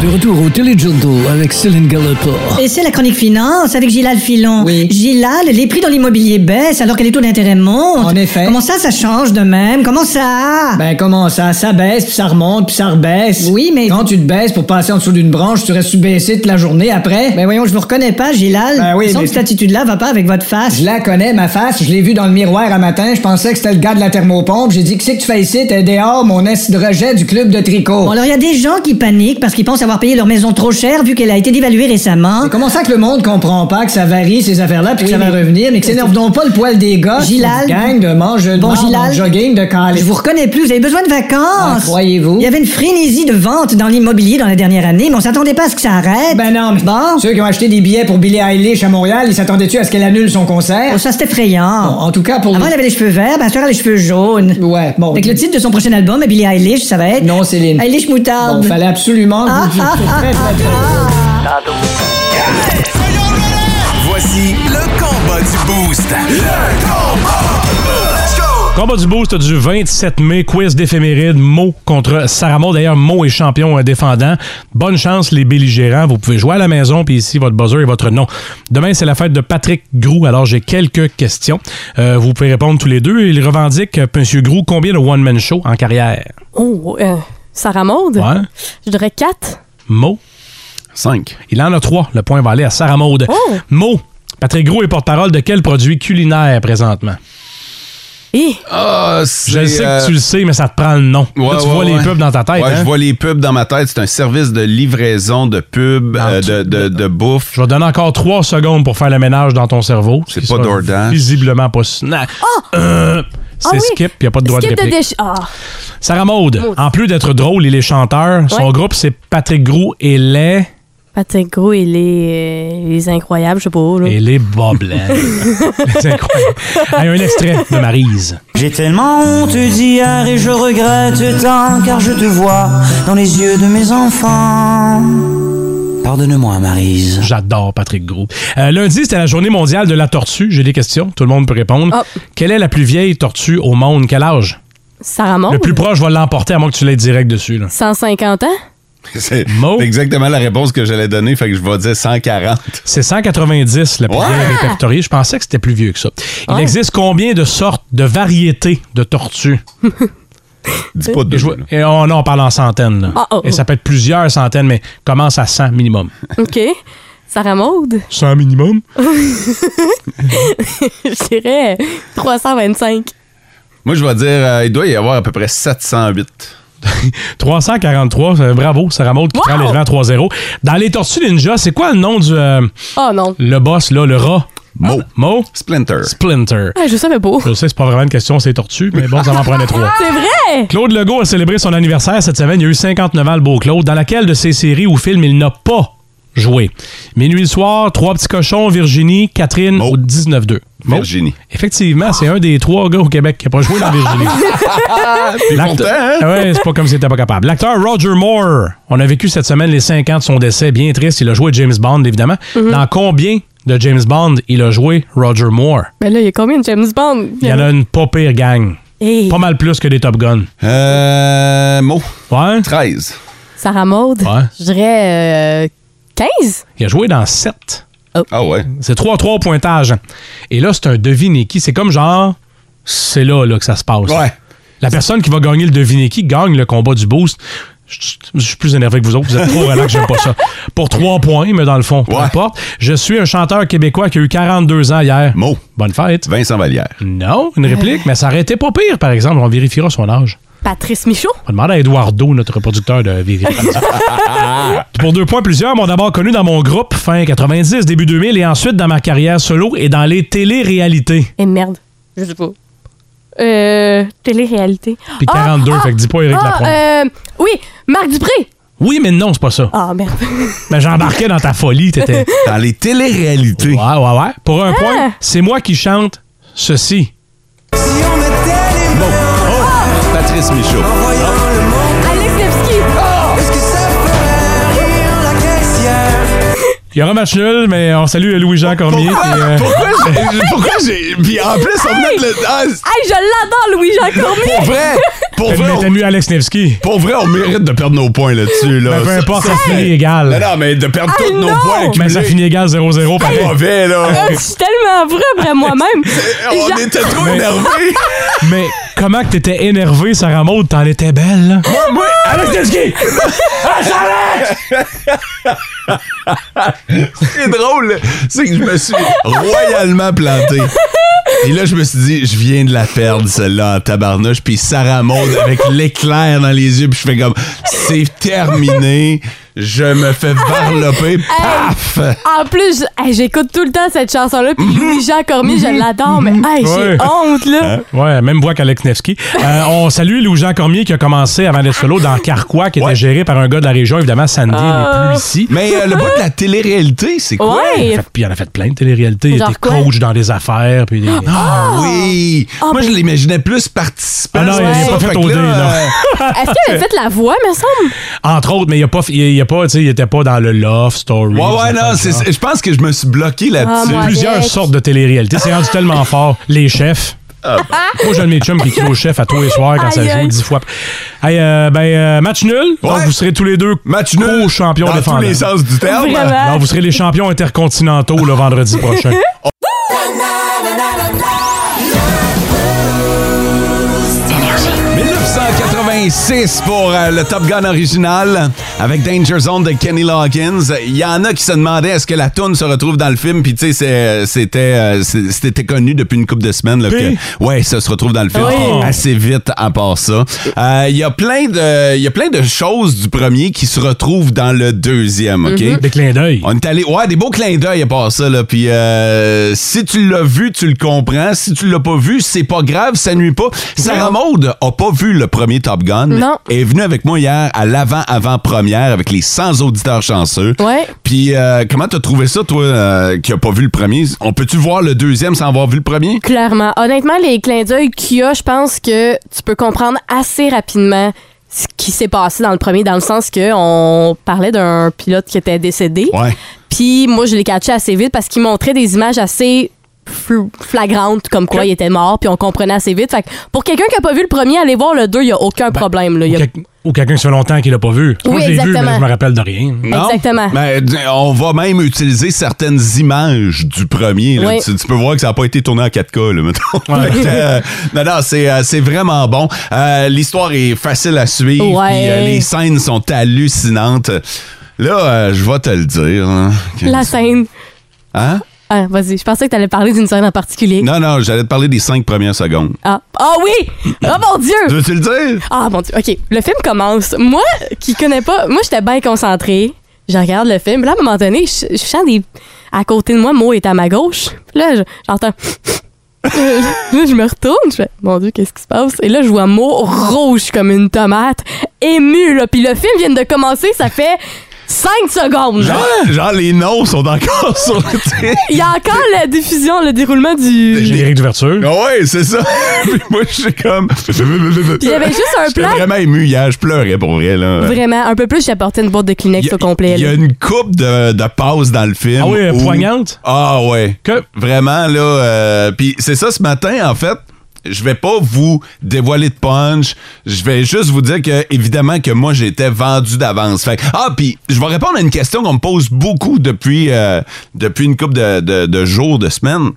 De retour au Téléjournal avec Céline Gallopin.
Et c'est la chronique finance avec Gilal Filon.
Oui.
Gilal, les prix dans l'immobilier baissent alors que les taux d'intérêt montent.
En effet.
Comment ça, ça change de même? Comment ça?
Ben comment ça? Ça baisse, puis ça remonte, puis ça rebaisse.
Oui, mais-
Quand tu te baisses pour passer en dessous d'une branche, tu restes sous-baissé toute la journée après.
Ben voyons, je vous reconnais pas, Gilal.
Ben oui,
Il me semble
mais-
que cette attitude-là va pas avec votre face.
Je la connais, ma face. Je l'ai vue dans le miroir un matin. Je pensais que c'était le gars de la thermopompe. J'ai dit, que c'est que tu fais ici? T'es dehors, mon est de rejet du club de tricot.
Bon, alors il y a des gens qui paniquent parce qu'ils pensent avoir payé leur maison trop cher vu qu'elle a été dévaluée récemment.
Mais comment ça que le monde comprend pas que ça varie ces affaires-là puis
Oui,
que ça va
mais-
revenir, mais que s'énerve donc pas le poil des gars?
Gilal.
Gang de mange de
Bon,
marde,
Gilal.
de jogging de calais.
Je vous reconnais plus, vous avez besoin de
Ah,
vacances.
croyez-vous?
Il y avait une frénésie de vente dans l'immobilier dans la dernière année, mais on s'attendait pas à ce que ça arrête.
Ben non, mais
Bon.
ceux qui ont acheté des billets pour Billie Eilish à Montréal, ils s'attendaient-tu à ce qu'elle annule son concert?
Oh, ça, c'est effrayant.
Bon, en tout cas, pour
Avant,
les-
elle avait les cheveux verts, ben, ce soir, elle a les cheveux jaunes.
Ouais, bon.
Avec le titre de son prochain album, Billie Eilish, ça va être.
Non, Céline.
Eilish
Bon,
Moutarde.
fallait absolument. que vous-
Ah, ah, ah,
Très, très, très-
Voici le combat du Boost. Le combat! Let's go!
Combat du boost du 27 mai, quiz d'éphéméride, Mo contre Saramo. D'ailleurs, Mo est champion euh, défendant. Bonne chance, les belligérants. Vous pouvez jouer à la maison, puis ici, votre buzzer et votre nom. Demain, c'est la fête de Patrick Grou. Alors, j'ai quelques questions. Euh, vous pouvez répondre tous les deux. Il revendique, euh, Monsieur Grou, combien de one-man show en carrière?
Oh, euh, Sarah Maud?
Ouais.
Je dirais 4.
Mo.
5.
Il en a trois. Le point va aller à Sarah Maude.
Oh!
Mo. Patrick Grou est porte-parole de quel produit culinaire présentement?
Et
Ah,
Je
c'est,
sais
euh,
que tu le sais, mais ça te prend le nom.
Ouais,
Là, tu
ouais,
vois
ouais.
les pubs dans ta tête.
Ouais,
hein?
je vois les pubs dans ma tête. C'est un service de livraison de pubs,
Dans
euh,
tout-
de, de, de bouffe.
Je vais te donner encore trois secondes pour faire le ménage dans ton cerveau.
C'est
Ce qui
pas
sera
DoorDash.
Visiblement pas. si- Non. Euh, c'est
Ah oui.
skip, il n'y a pas de droit
skip
de
de
réplique.
déchets. Ah,
Sarah Maude, en plus d'être drôle, il est chanteur. Son
Ouais.
groupe, c'est Patrick Grou et les...
Patrick Gros, il est, euh, il est incroyable, je sais pas. Là.
Et les Boblins. c'est incroyable. Hey, un extrait de Marise.
J'ai tellement honte d'hier et je regrette tant car je te vois dans les yeux de mes enfants. Pardonne-moi, Marise.
J'adore Patrick Grou. Euh, lundi, c'était la journée mondiale de la tortue. J'ai des questions. Tout le monde peut répondre.
Ah.
Quelle est la plus vieille tortue au monde? Quel âge?
Sarah Maud?
Le plus proche va l'emporter, à moins que tu l'aies direct dessus. là.
150 ans?
C'est
Mo.
c'est exactement la réponse que j'allais donner, fait que je vais dire 140.
C'est 190 le
Ouais!
premier répertorié. Je pensais que c'était plus vieux que ça. Il
Ah.
existe combien de sortes de variétés de tortues?
Dis pas deux.
Et, je vois-
là.
et on, non, on parle en centaines. là.
Ah, oh,
Et ça peut être plusieurs centaines, mais commence à 100 minimum.
OK. Sarah Maud?
100 minimum?
Je dirais 325.
Moi, je vais dire, euh, il doit y avoir à peu près 708.
343, euh, bravo, Sarah Maud qui
Wow!
prend les devants 3-0. Dans les tortues ninja, c'est quoi le nom du... euh,
Oh non.
le boss, là, le rat?
Mo.
Mo?
Splinter.
Splinter.
Ah, je savais pas.
Je sais, c'est pas vraiment une question, c'est tortue, mais bon, ça m'en prenait trois.
C'est vrai!
Claude Legault a célébré son anniversaire cette semaine. Il a eu 59 ans, le beau Claude. Dans laquelle de ses séries ou films il n'a pas joué? Minuit le soir, Trois petits cochons, Virginie, Catherine
Mo.
au 19-2. Mo.
Virginie.
Effectivement, c'est un des trois gars au Québec qui n'a pas joué dans Virginie. L'acte-
pourtant, hein?
Ah ouais, c'est pas comme s'il n'était pas capable. L'acteur Roger Moore, on a vécu cette semaine les 5 ans de son décès, bien triste. Il a joué James Bond, évidemment.
Mhm.
Dans combien de James Bond il a joué Roger Moore?
Mais Ben là, il y a combien de James Bond?
Il y en a
Mhm.
une pas pire gang.
Hey,
Pas mal plus que des Top Gun.
Euh, Mo.
Ouais?
13.
Sarah Maud?
Ouais.
Je dirais euh, 15?
Il a joué dans 7.
Ah ouais.
C'est 3-3 pointage. Et là, c'est un deviner qui. C'est comme genre, c'est là, là que ça se passe.
Ouais.
La personne qui va gagner le deviner qui gagne le combat du boost. Je je- je suis plus énervé que vous autres. Vous êtes trop relax, j'aime pas ça. Pour 3 points, mais dans le fond, peu
Ouais.
importe. Je suis un chanteur québécois qui a eu 42 ans hier.
Mo.
Bonne fête.
Vincent Vallière.
Non, une réplique, mais ça aurait été pas pire, par exemple. On vérifiera son âge.
Patrice Michaud?
On va demander à Eduardo, notre producteur, de vérifier. Pour deux points, plusieurs m'ont d'abord connu dans mon groupe fin 90, début 2000 et ensuite dans ma carrière solo et dans les télé-réalités.
Eh merde. Je sais pas. Euh, télé-réalité.
Puis 42, fait que dis pas Éric Lapointe.
Ah, euh, oui, Marc Dupré.
Oui, mais non, c'est pas ça.
Ah, merde.
Mais j'embarquais dans ta folie, t'étais.
Dans les téléréalités.
Ouais, ouais, ouais. Pour un
Ah!
point, c'est moi qui chante ceci.
Si on mettait les mains
Oh, Patrice Michaud.
en voyant le monde,
Alex Nevsky.
est-ce que ça ferait rire la caissière
Il y aura match nul, mais on salue Louis-Jean Cormier.
Pourquoi-
puis, euh,
pourquoi j'ai- pourquoi j'ai- puis en plus, on venait de le- ah,
Hey, je l'adore, Louis-Jean Cormier!
Pour vrai, pour
Elle
vrai,
mettait mieux Alex Nevsky.
Pour vrai, on mérite de perdre nos points là-dessus. Là.
Mais Ben, peu
Ça-
importe,
ça-
ça finit égal.
Non, non, mais de perdre
Ah,
tous nos
non!
points
Mais ça
accumulés.
finit égal 0-0
C'est
pareil.
mauvais, là.
Ah, Je suis tellement vraie à moi-même.
on
J'a-
était trop
Mais-
énervés.
Mais comment que t'étais énervé, Sarah Maud, t'en étais belle, là.
Moi, moi,
Alex Nevsky!
C'est drôle, c'est que je me suis royalement planté. Et là, je me suis dit, je viens de la perdre, celle-là, en tabarnouche. Puis Sarah Maud avec l'éclair dans les yeux. Puis je fais comme, c'est terminé. Je me fais varloper. Paf!
En plus, j- hey, j'écoute tout le temps cette chanson-là, puis Louis-Jean Cormier, je l'adore, mais hey,
Ouais. Hein?
j'ai honte, là.
Euh, Ouais, même voix qu'Alex Nevsky. Euh, on salue Louis-Jean Cormier qui a commencé avant d'être solo dans Carquois, qui
Ouais.
était géré par un gars de la région. Évidemment, Sandy
Ah.
n'est plus ici.
Mais euh, le bout de la télé-réalité, c'est quoi?
Ouais!
Il a fait- Puis il en a fait plein de téléréalités. Il
Genre
était
quoi?
coach dans des affaires. Puis des...
Ah oui!
Ah,
Moi, je
ben-
l'imaginais plus participant.
Ah non, il
Ouais.
est pas fait
que
au
là,
dé, non.
euh,
Est-ce qu'il avait fait la voix, me semble?
Entre autres, mais il a pas, il, il a pas, tu sais, il était pas dans le love story.
Ouais, ouais,
des affaires
non,
du
c'est-
genre.
c'est- je pense que je me suis bloqué là-dessus.
Ah, moi.
plusieurs
Alex.
sortes de téléréalités. C'est rendu tellement fort. Les chefs.
Ah,
Moi, j'ai un de mes chums qui crie au chef à tous les soirs quand ça
Aïe,
joue
aïe.
dix fois. Hey, euh, ben, euh, match nul. Donc,
Ouais.
vous serez tous les deux
Match nul.
co-champions
Dans tous
défendants.
les sens du terme.
Vraiment.
Alors, vous serez les champions intercontinentaux le vendredi prochain.
Énergie.
1986 pour euh, le Top Gun original avec Danger Zone de Kenny Loggins. Il y en a qui se demandaient est-ce que la toune se retrouve dans le film. Puis tu sais, c'est- c'était euh, c'est- c'était connu depuis une couple de semaines. Là,
Puis?
que, ouais, ça se retrouve dans le film Oh.
Oui.
assez vite à part ça. Euh, Il y a plein de il y a plein de choses du premier qui se retrouvent dans le deuxième. Ok.
Des clins d'œil.
On est allé. Ouais, des beaux clins d'œil à part ça, là. Puis euh, si tu l'as vu, tu le comprends. Si tu l'as pas vu, c'est pas grave, ça nuit pas. Sarah Maud a pas vu le premier Top Gun.
Non.
Elle Est venue avec moi hier à l'avant-avant-première avec les 100 auditeurs chanceux.
Ouais.
Puis euh, comment t'as trouvé ça, toi, euh, qui a pas vu le premier? On peut-tu voir le deuxième sans avoir vu le premier?
Clairement. Honnêtement, les clins d'œil qu'il y a, je pense que tu peux comprendre assez rapidement ce qui s'est passé dans le premier, dans le sens que on parlait d'un pilote qui était décédé.
Ouais.
Puis moi, je l'ai catché assez vite parce qu'il montrait des images assez fl- flagrantes, comme quoi il était mort, puis on comprenait assez vite. Fait que pour quelqu'un qui a pas vu le premier, aller voir le 2, il n'y a aucun problème. Là. Il y
Ou,
a-
quel- ou quelqu'un qui se fait longtemps qu'il l'a pas vu. Moi,
Oui,
je l'ai vu,
exactement.
mais je me rappelle de rien.
Non?
Exactement.
Ben, d- on va même utiliser certaines images du premier. là.
Oui.
Tu, tu peux voir que ça n'a pas été tourné en 4K, là, mettons. Fait que, euh, non, non, c'est, euh, c'est vraiment bon. Euh, l'histoire est facile à suivre.
Ouais.
puis, euh, les scènes sont hallucinantes. Là, euh, je vais te le dire. hein.
La scène.
Hein?
Ah, vas-y, je pensais que tu allais parler d'une scène en particulier.
Non, non, j'allais te parler des cinq premières secondes.
Ah. Ah oui! Oh mon Dieu!
Je veux-tu le dire?
Ah mon dieu, ok. Le film commence. Moi, qui connais pas, moi j'étais bien concentrée. Je regarde le film. Là, à un moment donné, je, je sens des. À côté de moi, Mo est à ma gauche. Là, je- j'entends. Euh, là, je me retourne. Je fais, mon Dieu, qu'est-ce qui se passe? Et là, je vois Mo rouge comme une tomate, ému, là. Puis le film vient de commencer, ça fait 5 secondes. là.
Genre, genre, les noms sont encore sur le titre.
Il y a encore la diffusion, le déroulement du.
Générique d'ouverture.
Ah ouais, c'est ça. Puis moi, je suis comme.
Il y avait juste un
J'étais
plan.
vraiment ému hier. Je pleurais pour vrai, là.
Vraiment, un peu plus, j'ai apporté une boîte de Kleenex au complet.
Il y
là.
a une coupe de, de passes dans le film.
Ah oui, euh,
où-
poignante?
Ah ouais.
Que-
Vraiment, là. euh, Puis c'est ça, ce matin, en fait. Je vais pas vous dévoiler de punch. Je vais juste vous dire que, évidemment, que moi, j'étais vendu d'avance. Fait que- ah, puis je vais répondre à une question qu'on me pose beaucoup depuis, euh, depuis une couple de, de- de jours, de semaines.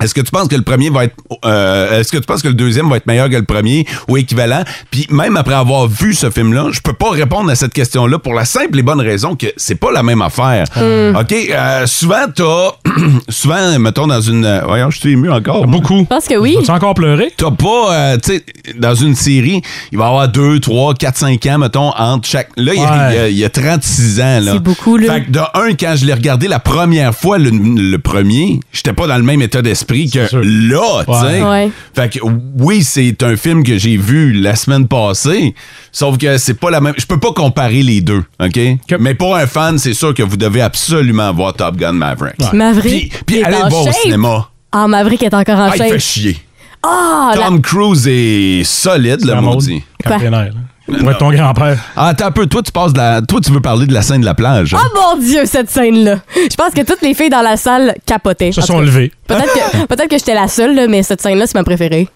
Est-ce que tu penses que le premier va être euh, est-ce que tu penses que le deuxième va être meilleur que le premier ou équivalent Puis même après avoir vu ce film là, je peux pas répondre à cette question là pour la simple et bonne raison que c'est pas la même affaire. OK, euh, souvent t'as souvent mettons dans une euh, voyons, je suis ému encore.
Beaucoup.
Je pense que oui.
Tu encore pleuré?
T'as pas, euh, tu sais, dans une série, il va y avoir 2, 3, 4, 5 ans, mettons, entre chaque. Là, il y a-
Ouais.
il y a, il y a 36 ans, là.
C'est beaucoup, là.
Fait que de un, quand je l'ai regardé la première fois, le, le premier, j'étais pas dans le même état d'esprit que
C'est sûr.
là, tu sais.
Ouais.
Fait que oui, c'est un film que j'ai vu la semaine passée, sauf que c'est pas la même. Je peux pas comparer les deux, OK? Mais pour un fan, c'est sûr que vous devez absolument voir Top Gun Maverick. Puis,
Maverick.
puis
est
allez
en
le voir au
shape.
cinéma.
Ah, Maverick est encore en
Ah, il fait
shape.
chier.
Ah, la-
Tom Cruise est solide, le
Sarah Maud.
maudit.
Quand t'es nerf, là. Pour être ton grand-père.
Ah, attends un peu. Toi, tu passes de la... Toi, tu veux parler de la scène de la plage. hein?
Oh mon Dieu, cette scène-là! Je pense que toutes les filles dans la salle capotaient.
Se
En tout
sont
cas,
levées.
Peut-être que, peut que j'étais la seule, là, mais cette scène-là, c'est ma préférée.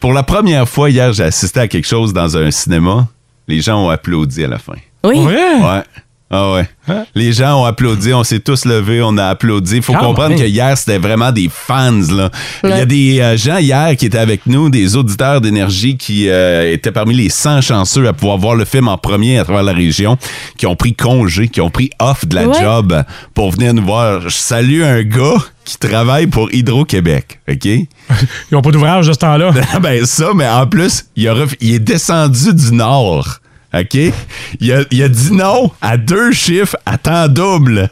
Pour la première fois hier, j'ai assisté à quelque chose dans un cinéma. Les gens ont applaudi à la fin.
Oui.
Ouais. Ah ouais. Les gens ont applaudi, on s'est tous levés, on a applaudi. Faut
Quand
comprendre
même.
que hier, c'était vraiment des fans. Là. Il y a des euh, gens hier qui étaient avec nous, des auditeurs d'énergie qui euh, étaient parmi les 100 chanceux à pouvoir voir le film en premier à travers la région, qui ont pris congé, qui ont pris off de la
Ouais.
job pour venir nous voir. Je salue un gars qui travaille pour Hydro-Québec, OK? Ils
ont pas d'ouvrage de ce temps-là.
ben ça, mais en plus, il, a ref- il est descendu du nord. OK? Il a, il a dit non à deux chiffres à temps double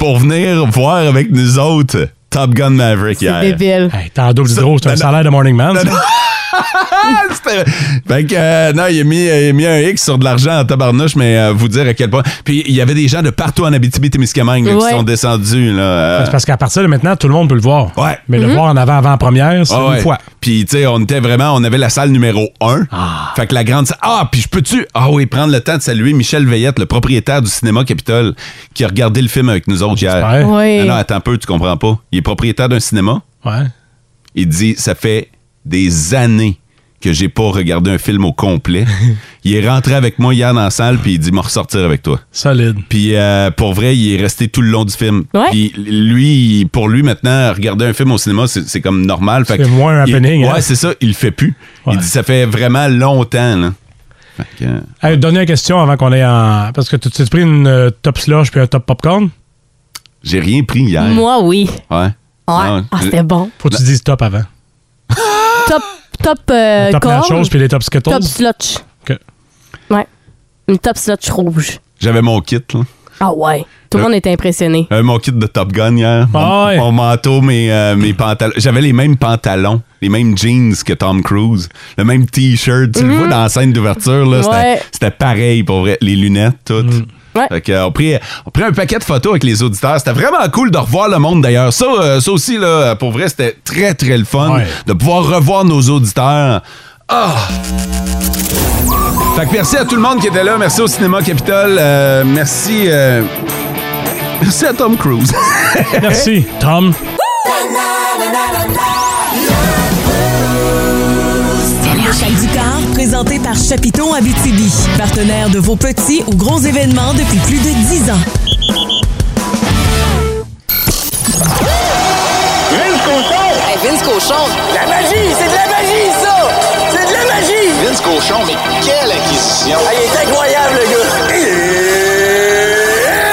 pour venir voir avec nous autres Top Gun Maverick hier.
Débile.
Hey, t'es en double hydro, c'est un salaire de Morning Man. ça.
Ah, C'était- fait que, euh, non, il a, mis, il a mis un X sur de l'argent en tabarnouche, mais euh, vous dire à quel point. Puis il y avait des gens de partout en Abitibi-Témiscamingue là,
Ouais.
qui sont descendus. Là, euh,
C'est parce qu'à partir de maintenant, tout le monde peut le voir. Mais
Mm-hmm.
le voir en avant-avant-première, c'est
Ah ouais.
une fois.
Puis, tu sais, on était vraiment, on avait la salle numéro 1. Fait que la grande salle. Ah, puis je peux-tu. Ah oui, prendre le temps de saluer Michel Veillette, le propriétaire du cinéma Capitole, qui a regardé le film avec nous autres hier.
Oui.
Non, non, attends un peu, tu comprends pas. Il est propriétaire d'un cinéma.
Ouais.
Il dit Ça fait des années que j'ai pas regardé un film au complet. il est rentré avec moi hier dans la salle, puis il dit M'en ressortir avec toi.
Solide.
Puis euh, pour vrai, il est resté tout le long du film.
Ouais.
Puis lui, pour lui maintenant, regarder un film au cinéma, c'est c'est comme normal. Fait
C'est
que
moins un
il-
happening,
Ouais,
hein.
c'est ça. Il le fait plus. Il dit ça fait vraiment longtemps. Là. Fait que, euh,
Hey, dernière question avant qu'on ait en. Parce que tu tu t'es pris une euh, top slush puis un top popcorn?
j'ai rien pris hier.
Moi, oui.
Ouais.
Ah,
Non,
ah,
j'ai-
c'était bon.
Faut que tu dises top avant.
Top, top, euh,
top
corn,
nachos puis les top skittles.
Top slotch.
OK.
Ouais. Une top slotch rouge.
J'avais mon kit. Là.
Ah ouais. Tout le
Le-
monde était impressionné.
J'avais mon kit de Top Gun hier.
Ah,
mon, mon manteau, mes, euh, mes pantalons. J'avais les mêmes pantalons, les mêmes jeans que Tom Cruise, le même T-shirt. Tu le vois dans la scène d'ouverture. là, c'était-
Mhm. Ouais.
C'était pareil pour vrai. Les lunettes, toutes.
Mm.
Ouais.
Fait que, euh, on, prit, on prit un paquet de photos avec les auditeurs. C'était vraiment cool de revoir le monde d'ailleurs. Ça, euh, ça aussi, là, pour vrai, c'était très, très le fun de pouvoir revoir nos auditeurs. Ah! Fait que merci à tout le monde qui était là. Merci au Cinéma Capitole. Euh, merci. euh, merci à Tom Cruise.
merci, Tom.
Le Chac du Carre, présenté par Chapiton Abitibi, partenaire de vos petits ou gros événements depuis plus de 10 ans.
Vince Cochon! Vince Cochon! La magie! C'est de la magie, ça! C'est de la magie! Vince Cochon, mais quelle acquisition! Ah, il est incroyable, le gars!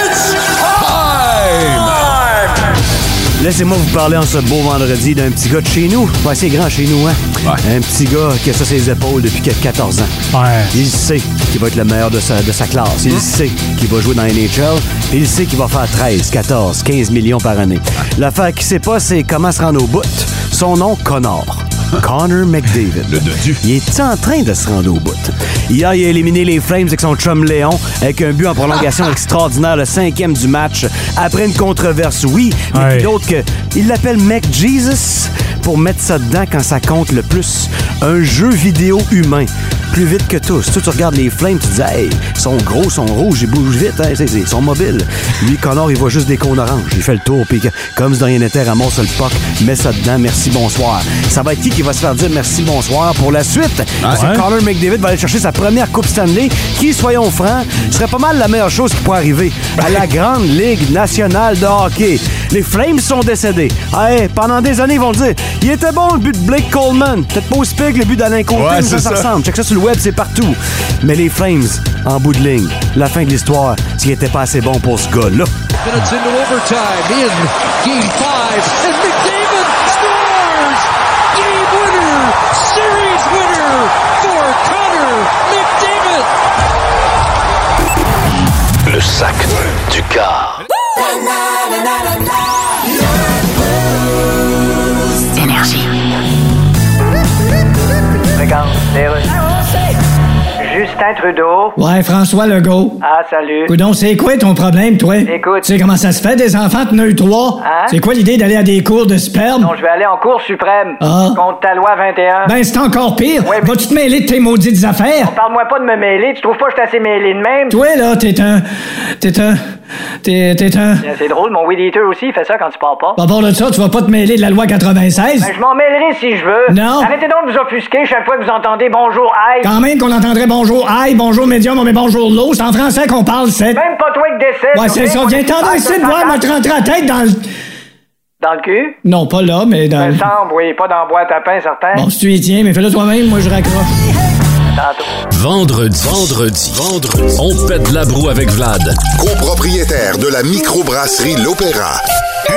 It's time!
Laissez-moi vous parler en ce beau vendredi d'un petit gars de chez nous. Pas assez grand chez nous, hein? Un petit gars qui a ça sur ses épaules depuis qu'il a 14 ans. Il sait qu'il va être le meilleur de sa, de sa classe. Il sait qu'il va jouer dans la NHL. Et Il sait qu'il va faire 13, 14, 15 millions par année. L'affaire qu'il sait pas, c'est comment se rendre au bout. Son nom, Connor. Connor McDavid. Le Il est en train de se rendre au bout. Hier, il a éliminé les Flames avec son chum Léon, avec un but en prolongation extraordinaire, le cinquième du match, après une controverse, oui, mais puis d'autres que. Il l'appelle Mac Jesus pour mettre ça dedans quand ça compte le plus. Un jeu vidéo humain. Plus vite que tous. Toi, tu regardes les Flames, tu te dis, hey, ils sont gros, ils sont rouges, ils bougent vite, hein, c'est- c'est- ils sont mobiles. Lui, Connor, il voit juste des cônes oranges. Il fait le tour, puis que- comme si de rien n'était, ramasse le puck, met ça dedans, merci, bonsoir. Ça va être qui qui va se faire dire merci, bonsoir pour la suite? Parce que
Ouais.
Connor McDavid va aller chercher sa première Coupe Stanley, qui, soyons francs, serait pas mal la meilleure chose qui pourrait arriver à
Ben.
la Grande Ligue nationale de hockey. Les Flames sont décédés. Hey, pendant des années, ils vont le dire. Il était bon le but de Blake Coleman. Peut-être pas aussi pire que le but d'Alain Côté,
Ouais,
mais
c'est
ça, ça
ça.
ressemble. Check ça sur le web, c'est partout. Mais les Flames, en bout de ligne, la fin de l'histoire, c'est qu'il était pas assez bon pour ce gars-là.
minutes into overtime in game five, and McDavid scores! Game winner! Series winner for Connor McDavid!
Le sac du car.
Justin
Justin
ah.
Trudeau.
Ouais, François Legault.
Ah, salut.
Coudon, c'est quoi ton problème, toi?
Écoute.
Tu sais comment ça se fait, des enfants de nœud 3?
Hein?
C'est quoi l'idée d'aller à des cours de sperme?
Non, je vais aller en Cour suprême
Ah.
contre ta loi 21.
Ben, c'est encore pire.
Ouais, mais-
Vas-tu te mêler de tes maudites affaires?
Parle-moi pas de me mêler. Tu trouves pas que je suis assez mêlé de même?
Toi, là, t'es un... T'es un... T'es t'es un...
Tiens, C'est drôle, mon Weed Eater aussi, il fait ça quand tu parles pas.
À part de ça, tu vas pas te mêler de la loi 96?
Ben, je m'en mêlerai si je veux.
Non.
Arrêtez donc de vous offusquer chaque fois que vous entendez bonjour, aïe.
Quand même qu'on entendrait bonjour aïe, bonjour médium, mais bonjour l'eau, c'est en français qu'on parle, c'est...
Ben,
Même pas toi qui décède.
Ouais, c'est ça, viens t'en ici de voir, m'a te rentrer la tête dans le...
Dans le cul?
Non, pas là, mais dans
Ben,
le...
semble, oui, pas dans la boîte à pain, certain.
Euh. Bon, si tu y tiens, mais fais-le toi-même, moi je raccroche.
Tantôt.
Vendredi, vendredi, vendredi, on pète de la broue avec Vlad.
Copropriétaire de la microbrasserie L'Opéra.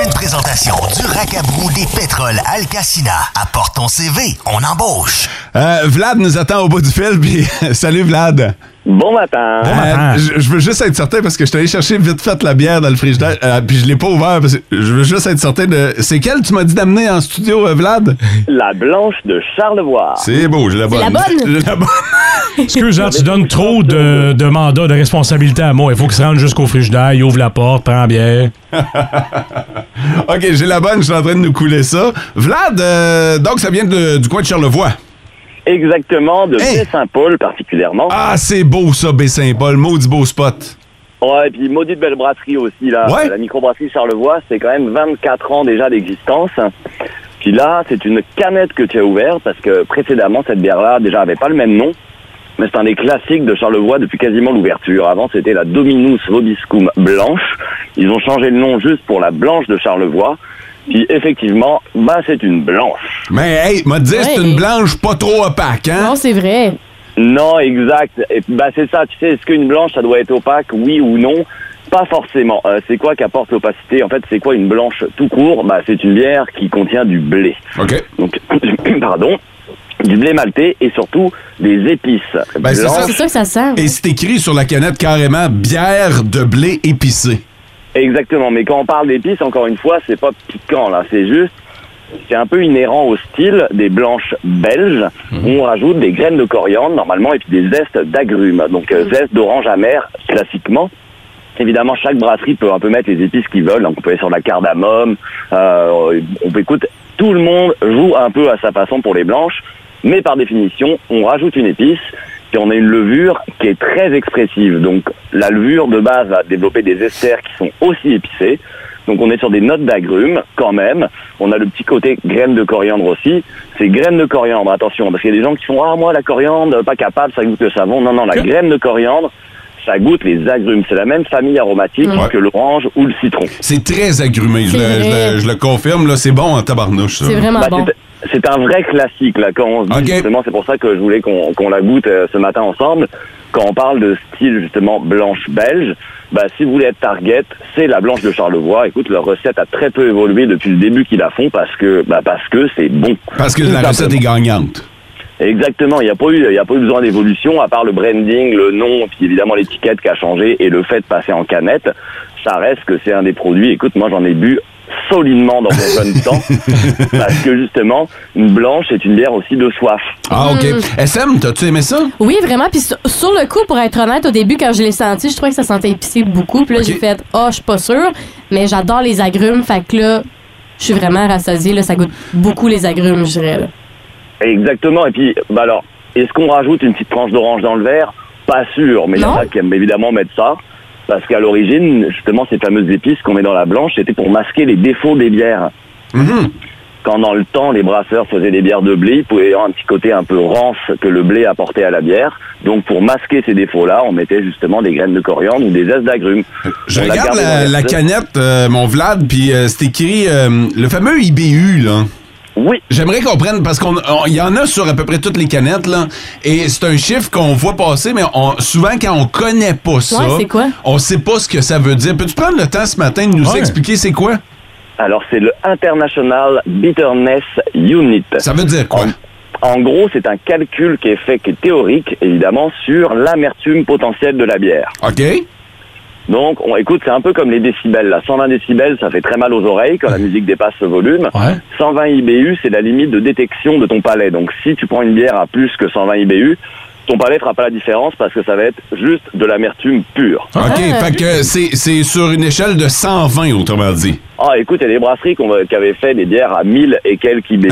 Une présentation du racabrou des pétroles Alcacina. Ah, Apporte ton CV, on embauche.
Euh, Vlad nous attend au bout du fil, puis salut Vlad.
Bon matin.
Euh, je je veux juste être certain parce que je suis allé chercher vite fait la bière dans le frigidaire, euh, puis je l'ai pas ouvert parce que je veux juste être certain de. C'est quelle tu m'as dit d'amener en studio, euh, Vlad?
La blanche de Charlevoix.
C'est beau, j'ai la bonne.
la bonne?
La bonne.
Excuse, Jean, tu donnes trop de, de mandats, de responsabilités à moi. Il faut qu'il se rende jusqu'au frigidaire, il ouvre la porte, prend la bière.
OK, j'ai la bonne, je suis en train de nous couler ça. Vlad, euh, donc ça vient de- du coin de Charlevoix.
Exactement, de Baie-Saint-Paul particulièrement.
Ah, c'est beau ça, Baie-Saint-Paul, maudit beau spot.
Ouais, et puis maudite belle brasserie aussi, là.
Ouais.
La microbrasserie Charlevoix, c'est quand même 24 ans déjà d'existence. Puis là, c'est une canette que tu as ouverte parce que précédemment, cette bière-là, déjà, avait pas le même nom. Mais c'est un des classiques de Charlevoix depuis quasiment l'ouverture. Avant, c'était la Dominus Vobiscum blanche. Ils ont changé le nom juste pour la blanche de Charlevoix. Puis effectivement, bah, c'est une blanche.
Mais hey, m'a dit, c'est
Ouais.
une blanche pas trop opaque, hein?
Non,
c'est vrai.
Non, exact. Et, bah, c'est ça, tu sais, est-ce qu'une blanche, ça doit être opaque, oui ou non Pas forcément. Euh, c'est quoi qu'apporte l'opacité En fait, c'est quoi une blanche tout court bah, C'est une bière qui contient du blé. Donc, pardon, du blé maltais et surtout des épices. Blanche-
Ah. Et c'est écrit sur la canette carrément bière de blé épicé.
Exactement, mais quand on parle d'épices, encore une fois, c'est pas piquant là, c'est juste, c'est un peu inhérent au style des blanches belges où on rajoute des graines de coriandre normalement et puis des zestes d'agrumes, donc euh, zestes d'orange amère classiquement. Évidemment, chaque brasserie peut un peu mettre les épices qu'ils veulent, donc on peut aller sur de la cardamome, euh, on peut écoute, tout le monde joue un peu à sa façon pour les blanches, mais par définition, on rajoute une épice puis on a une levure qui est très expressive. Donc la levure de base va développer des esters qui sont aussi épicés. Donc on est sur des notes d'agrumes quand même. On a le petit côté graines de coriandre aussi. C'est graines de coriandre, attention, parce qu'il y a des gens qui font Ah moi la coriandre, pas capable, ça goûte le savon. Non, non, la graine de coriandre, ça goûte les agrumes. C'est la même famille aromatique
Mm.
que l'orange ou le citron.
C'est très agrumé, je
C'est
le, je
vrai.
le- je le confirme, là, c'est bon en tabarnouche, ça.
Bah, c'est- C'est un vrai classique, là, quand on se dit, justement, c'est pour ça que je voulais qu'on qu'on la goûte euh, ce matin ensemble. Quand on parle de style, justement, blanche belge, bah, si vous voulez être target, c'est la blanche de Charlevoix. Écoute, leur recette a très peu évolué depuis le début qu'ils la font parce que, bah, parce que c'est bon.
Parce que
Tout
la recette
simplement.
est gagnante.
Exactement, il n'y a pas eu, il y a pas eu besoin d'évolution à part le branding, le nom, puis évidemment l'étiquette qui a changé et le fait de passer en canette. Ça reste que c'est un des produits. Écoute, moi j'en ai bu solidement dans mon jeune temps parce que justement une blanche est une bière aussi de soif.
Ah ok.
Mm.
SM, t'as-tu aimé ça?
Oui, vraiment. Puis sur, sur le coup, pour être honnête, au début, quand je l'ai senti, je trouvais que ça sentait épicé beaucoup. Puis là, j'ai fait, oh, je suis pas sûre, mais j'adore les agrumes. Fait que là, je suis vraiment rassasiée. Là, ça goûte beaucoup les agrumes, je dirais. là.
Exactement. Et puis, bah alors, est-ce qu'on rajoute une petite tranche d'orange dans le verre Pas sûr, mais il y en a qui aiment évidemment mettre ça. Parce qu'à l'origine, justement, ces fameuses épices qu'on met dans la blanche, c'était pour masquer les défauts des bières.
Mm-hmm.
Quand dans le temps, les brasseurs faisaient des bières de blé, ils pouvaient avoir un petit côté un peu rance que le blé apportait à la bière. Donc, pour masquer ces défauts-là, on mettait justement des graines de coriandre ou des zestes d'agrumes.
Je
On la
regarde
gardait dans
la,
les
la
recettes.
canette, euh, mon Vlad, puis euh, c'est écrit euh, le fameux IBU, là.
Oui.
J'aimerais qu'on prenne, parce qu'on on- il y en a sur à peu près toutes les canettes, là. Et c'est un chiffre qu'on voit passer, mais on- souvent quand on connaît pas ça,
Ouais, c'est quoi?
on sait pas ce que ça veut dire. Peux-tu prendre le temps ce matin de nous
Ouais.
expliquer c'est quoi?
Alors, c'est le International Bitterness Unit.
Ça veut dire quoi?
En, en gros, c'est un calcul qui est fait, qui est théorique, évidemment, sur l'amertume potentielle de la bière.
OK.
Donc, on écoute, c'est un peu comme les décibels. Là. 120 décibels, ça fait très mal aux oreilles quand la musique dépasse ce volume. 120 IBU, c'est la limite de détection de ton palais. Donc, si tu prends une bière à plus que 120 IBU, ton palais fera pas la différence parce que ça va être juste de l'amertume pure.
OK, fait que c'est c'est sur une échelle de 120, autrement dit.
Ah, écoute, il y a des brasseries qu'on va- qui avaient fait des bières à 1000 et quelques IBU.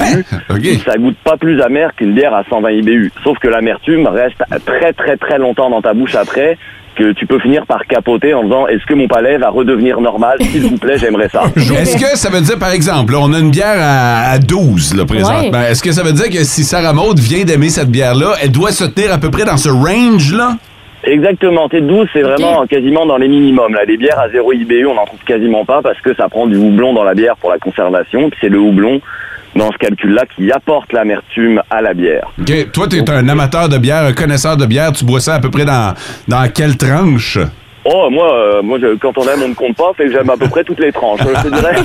ok.
Ça goûte pas plus amer qu'une bière à 120 IBU. Sauf que l'amertume reste très, très, très longtemps dans ta bouche après que tu peux finir par capoter en disant est-ce que mon palais va redevenir normal s'il vous plaît j'aimerais ça
Est-ce que ça veut dire, par exemple, là, on a une bière à, à 12, là, présentement.
Ouais.
Est-ce que ça veut dire que si Sarah Maud vient d'aimer cette bière-là, elle doit se tenir à peu près dans ce range-là?
Exactement, T12 c'est vraiment quasiment dans les minimums. Là. Les bières à 0 IBU on n'en trouve quasiment pas parce que ça prend du houblon dans la bière pour la conservation, puis c'est le houblon dans ce calcul-là qui apporte l'amertume à la bière.
OK, Toi, t'es un amateur de bière, un connaisseur de bière. Tu bois ça à peu près dans, dans quelle tranche?
Oh, moi, euh, moi je- quand on aime, on ne compte pas, fait que j'aime à peu près toutes les tranches, je te dirais.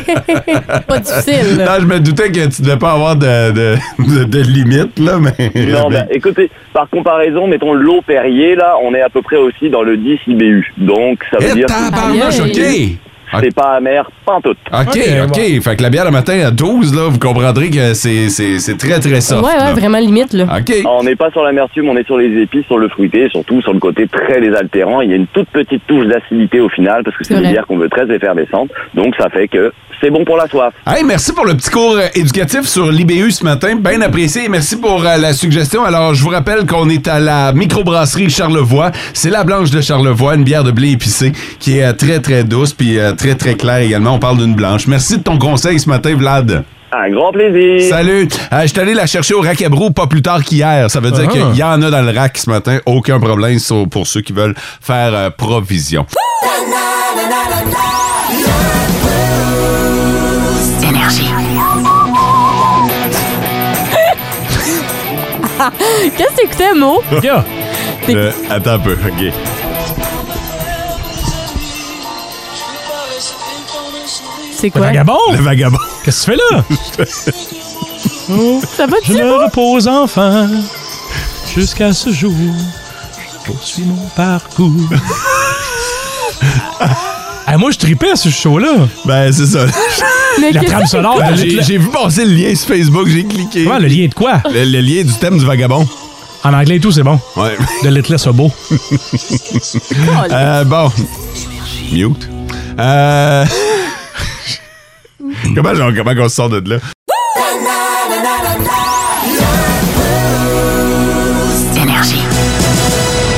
Pas difficile. Non, je me doutais que tu devais pas avoir de, de, de- de limite, là, mais...
Non, ben, écoutez, par comparaison, mettons l'eau Perrier, là, on est à peu près aussi dans le 10 IBU. Donc, ça veut
Eh,
dire.
tabarnouche, ok.
C'est pas amer, pantoute.
OK, OK. Fait que la bière le matin à 12, là, vous comprendrez que c'est- c'est c'est très, très soft. là.
limite, là.
On
n'est pas sur l'amertume, Ah, on est sur les épices, sur le fruité, et surtout sur le côté très désaltérant. Il y a une toute petite touche d'acidité au final, parce que
C'est
c'est une
vrai.
bière qu'on veut très effervescente. Donc, ça fait que c'est bon pour la soif.
Hey, merci pour le petit cours euh, éducatif sur l'IBU ce matin. Bien apprécié. Merci pour euh, la suggestion. Alors, je vous rappelle qu'on est à la microbrasserie Charlevoix. C'est la blanche de Charlevoix, une bière de blé épicé qui est euh, très, très douce puis euh, très, très claire également. On parle d'une blanche. Merci de ton conseil ce matin, Vlad.
Un grand plaisir.
Salut. Euh, je suis allé la chercher au rack à brou pas plus tard qu'hier. Ça veut dire
Ah.
qu'il y en a dans le rack ce matin. Aucun problème sauf pour ceux qui veulent faire euh, provision.
Énergie.
Qu'est-ce que t'écoutais, Mo?
Euh, attends un peu. OK.
C'est quoi?
Le vagabond.
Qu'est-ce que tu fais là?
Ça va
Je me repose enfin jusqu'à ce jour. Je poursuis mon parcours. Ah, moi, je tripais à ce show-là.
Ben, c'est ça.
Mais La qu'est-ce trame que- sonore de
Ben, j'ai-
Little-
J'ai vu passer le lien sur Facebook, j'ai cliqué.
Ouais, le lien de quoi?
Le, le lien du thème du vagabond.
En anglais et tout, c'est bon.
Ouais.
De Little Sobo.
Euh, bon. Mute. Euh... comment, genre, comment on se sort de là?
Énergie.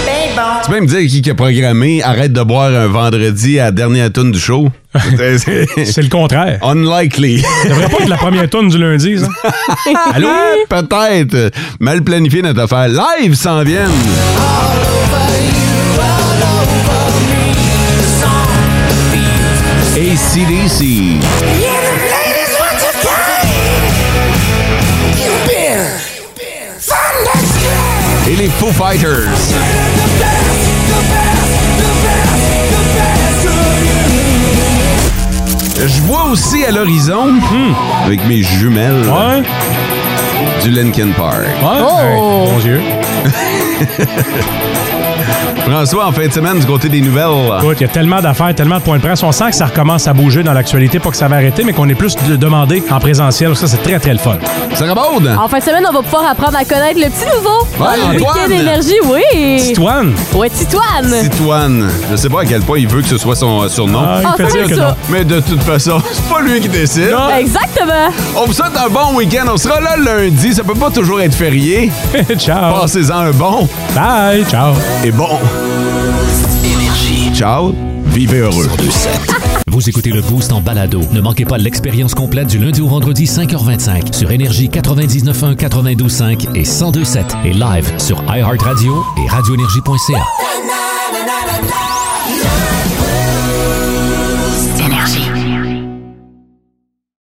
Ben bon.
Tu peux me dire qui qui a programmé Arrête de boire un vendredi à la dernière tune du show? C'est
le contraire.
Unlikely.
Ça devrait pas être la première tourne du lundi, ça.
Allô? Eh, Peut-être. Mal planifié notre affaire. Live s'en viennent. ACDC. Et les Foo Fighters. Je vois aussi à l'horizon, hmm, avec mes jumelles, du Linkin Park.
Oh! Mon Dieu.
François, en fin de semaine, du côté des nouvelles.
Écoute, il y a tellement d'affaires, tellement de points de presse. On sent que ça recommence à bouger dans l'actualité, pas que ça va arrêter, mais qu'on est plus de- demandé en présentiel. Ça, c'est très, très le fun.
Ça rebond?
En fin de semaine, on va pouvoir apprendre à connaître le petit nouveau.
Ouais,
Le
Antoine.
week-end d'énergie, oui.
Titoine.
Ouais, Titoine.
Titoine. Je sais pas à quel point il veut que ce soit son euh, surnom.
il Ah, fait c'est dire que ça. non.
Mais de toute façon, c'est pas lui qui décide.
Exactement.
On vous souhaite un bon week-end. On sera là lundi. Ça peut pas toujours être férié.
ciao.
Passez-en un bon.
Bye. Ciao.
Et bon. Énergie. Ciao. Vivez heureux.
Vous écoutez le Boost en balado. Ne manquez pas l'expérience complète du lundi au vendredi 5h25 sur Énergie 99.1, 92.5 et 102.7 et live sur iHeartRadio et radioénergie.ca.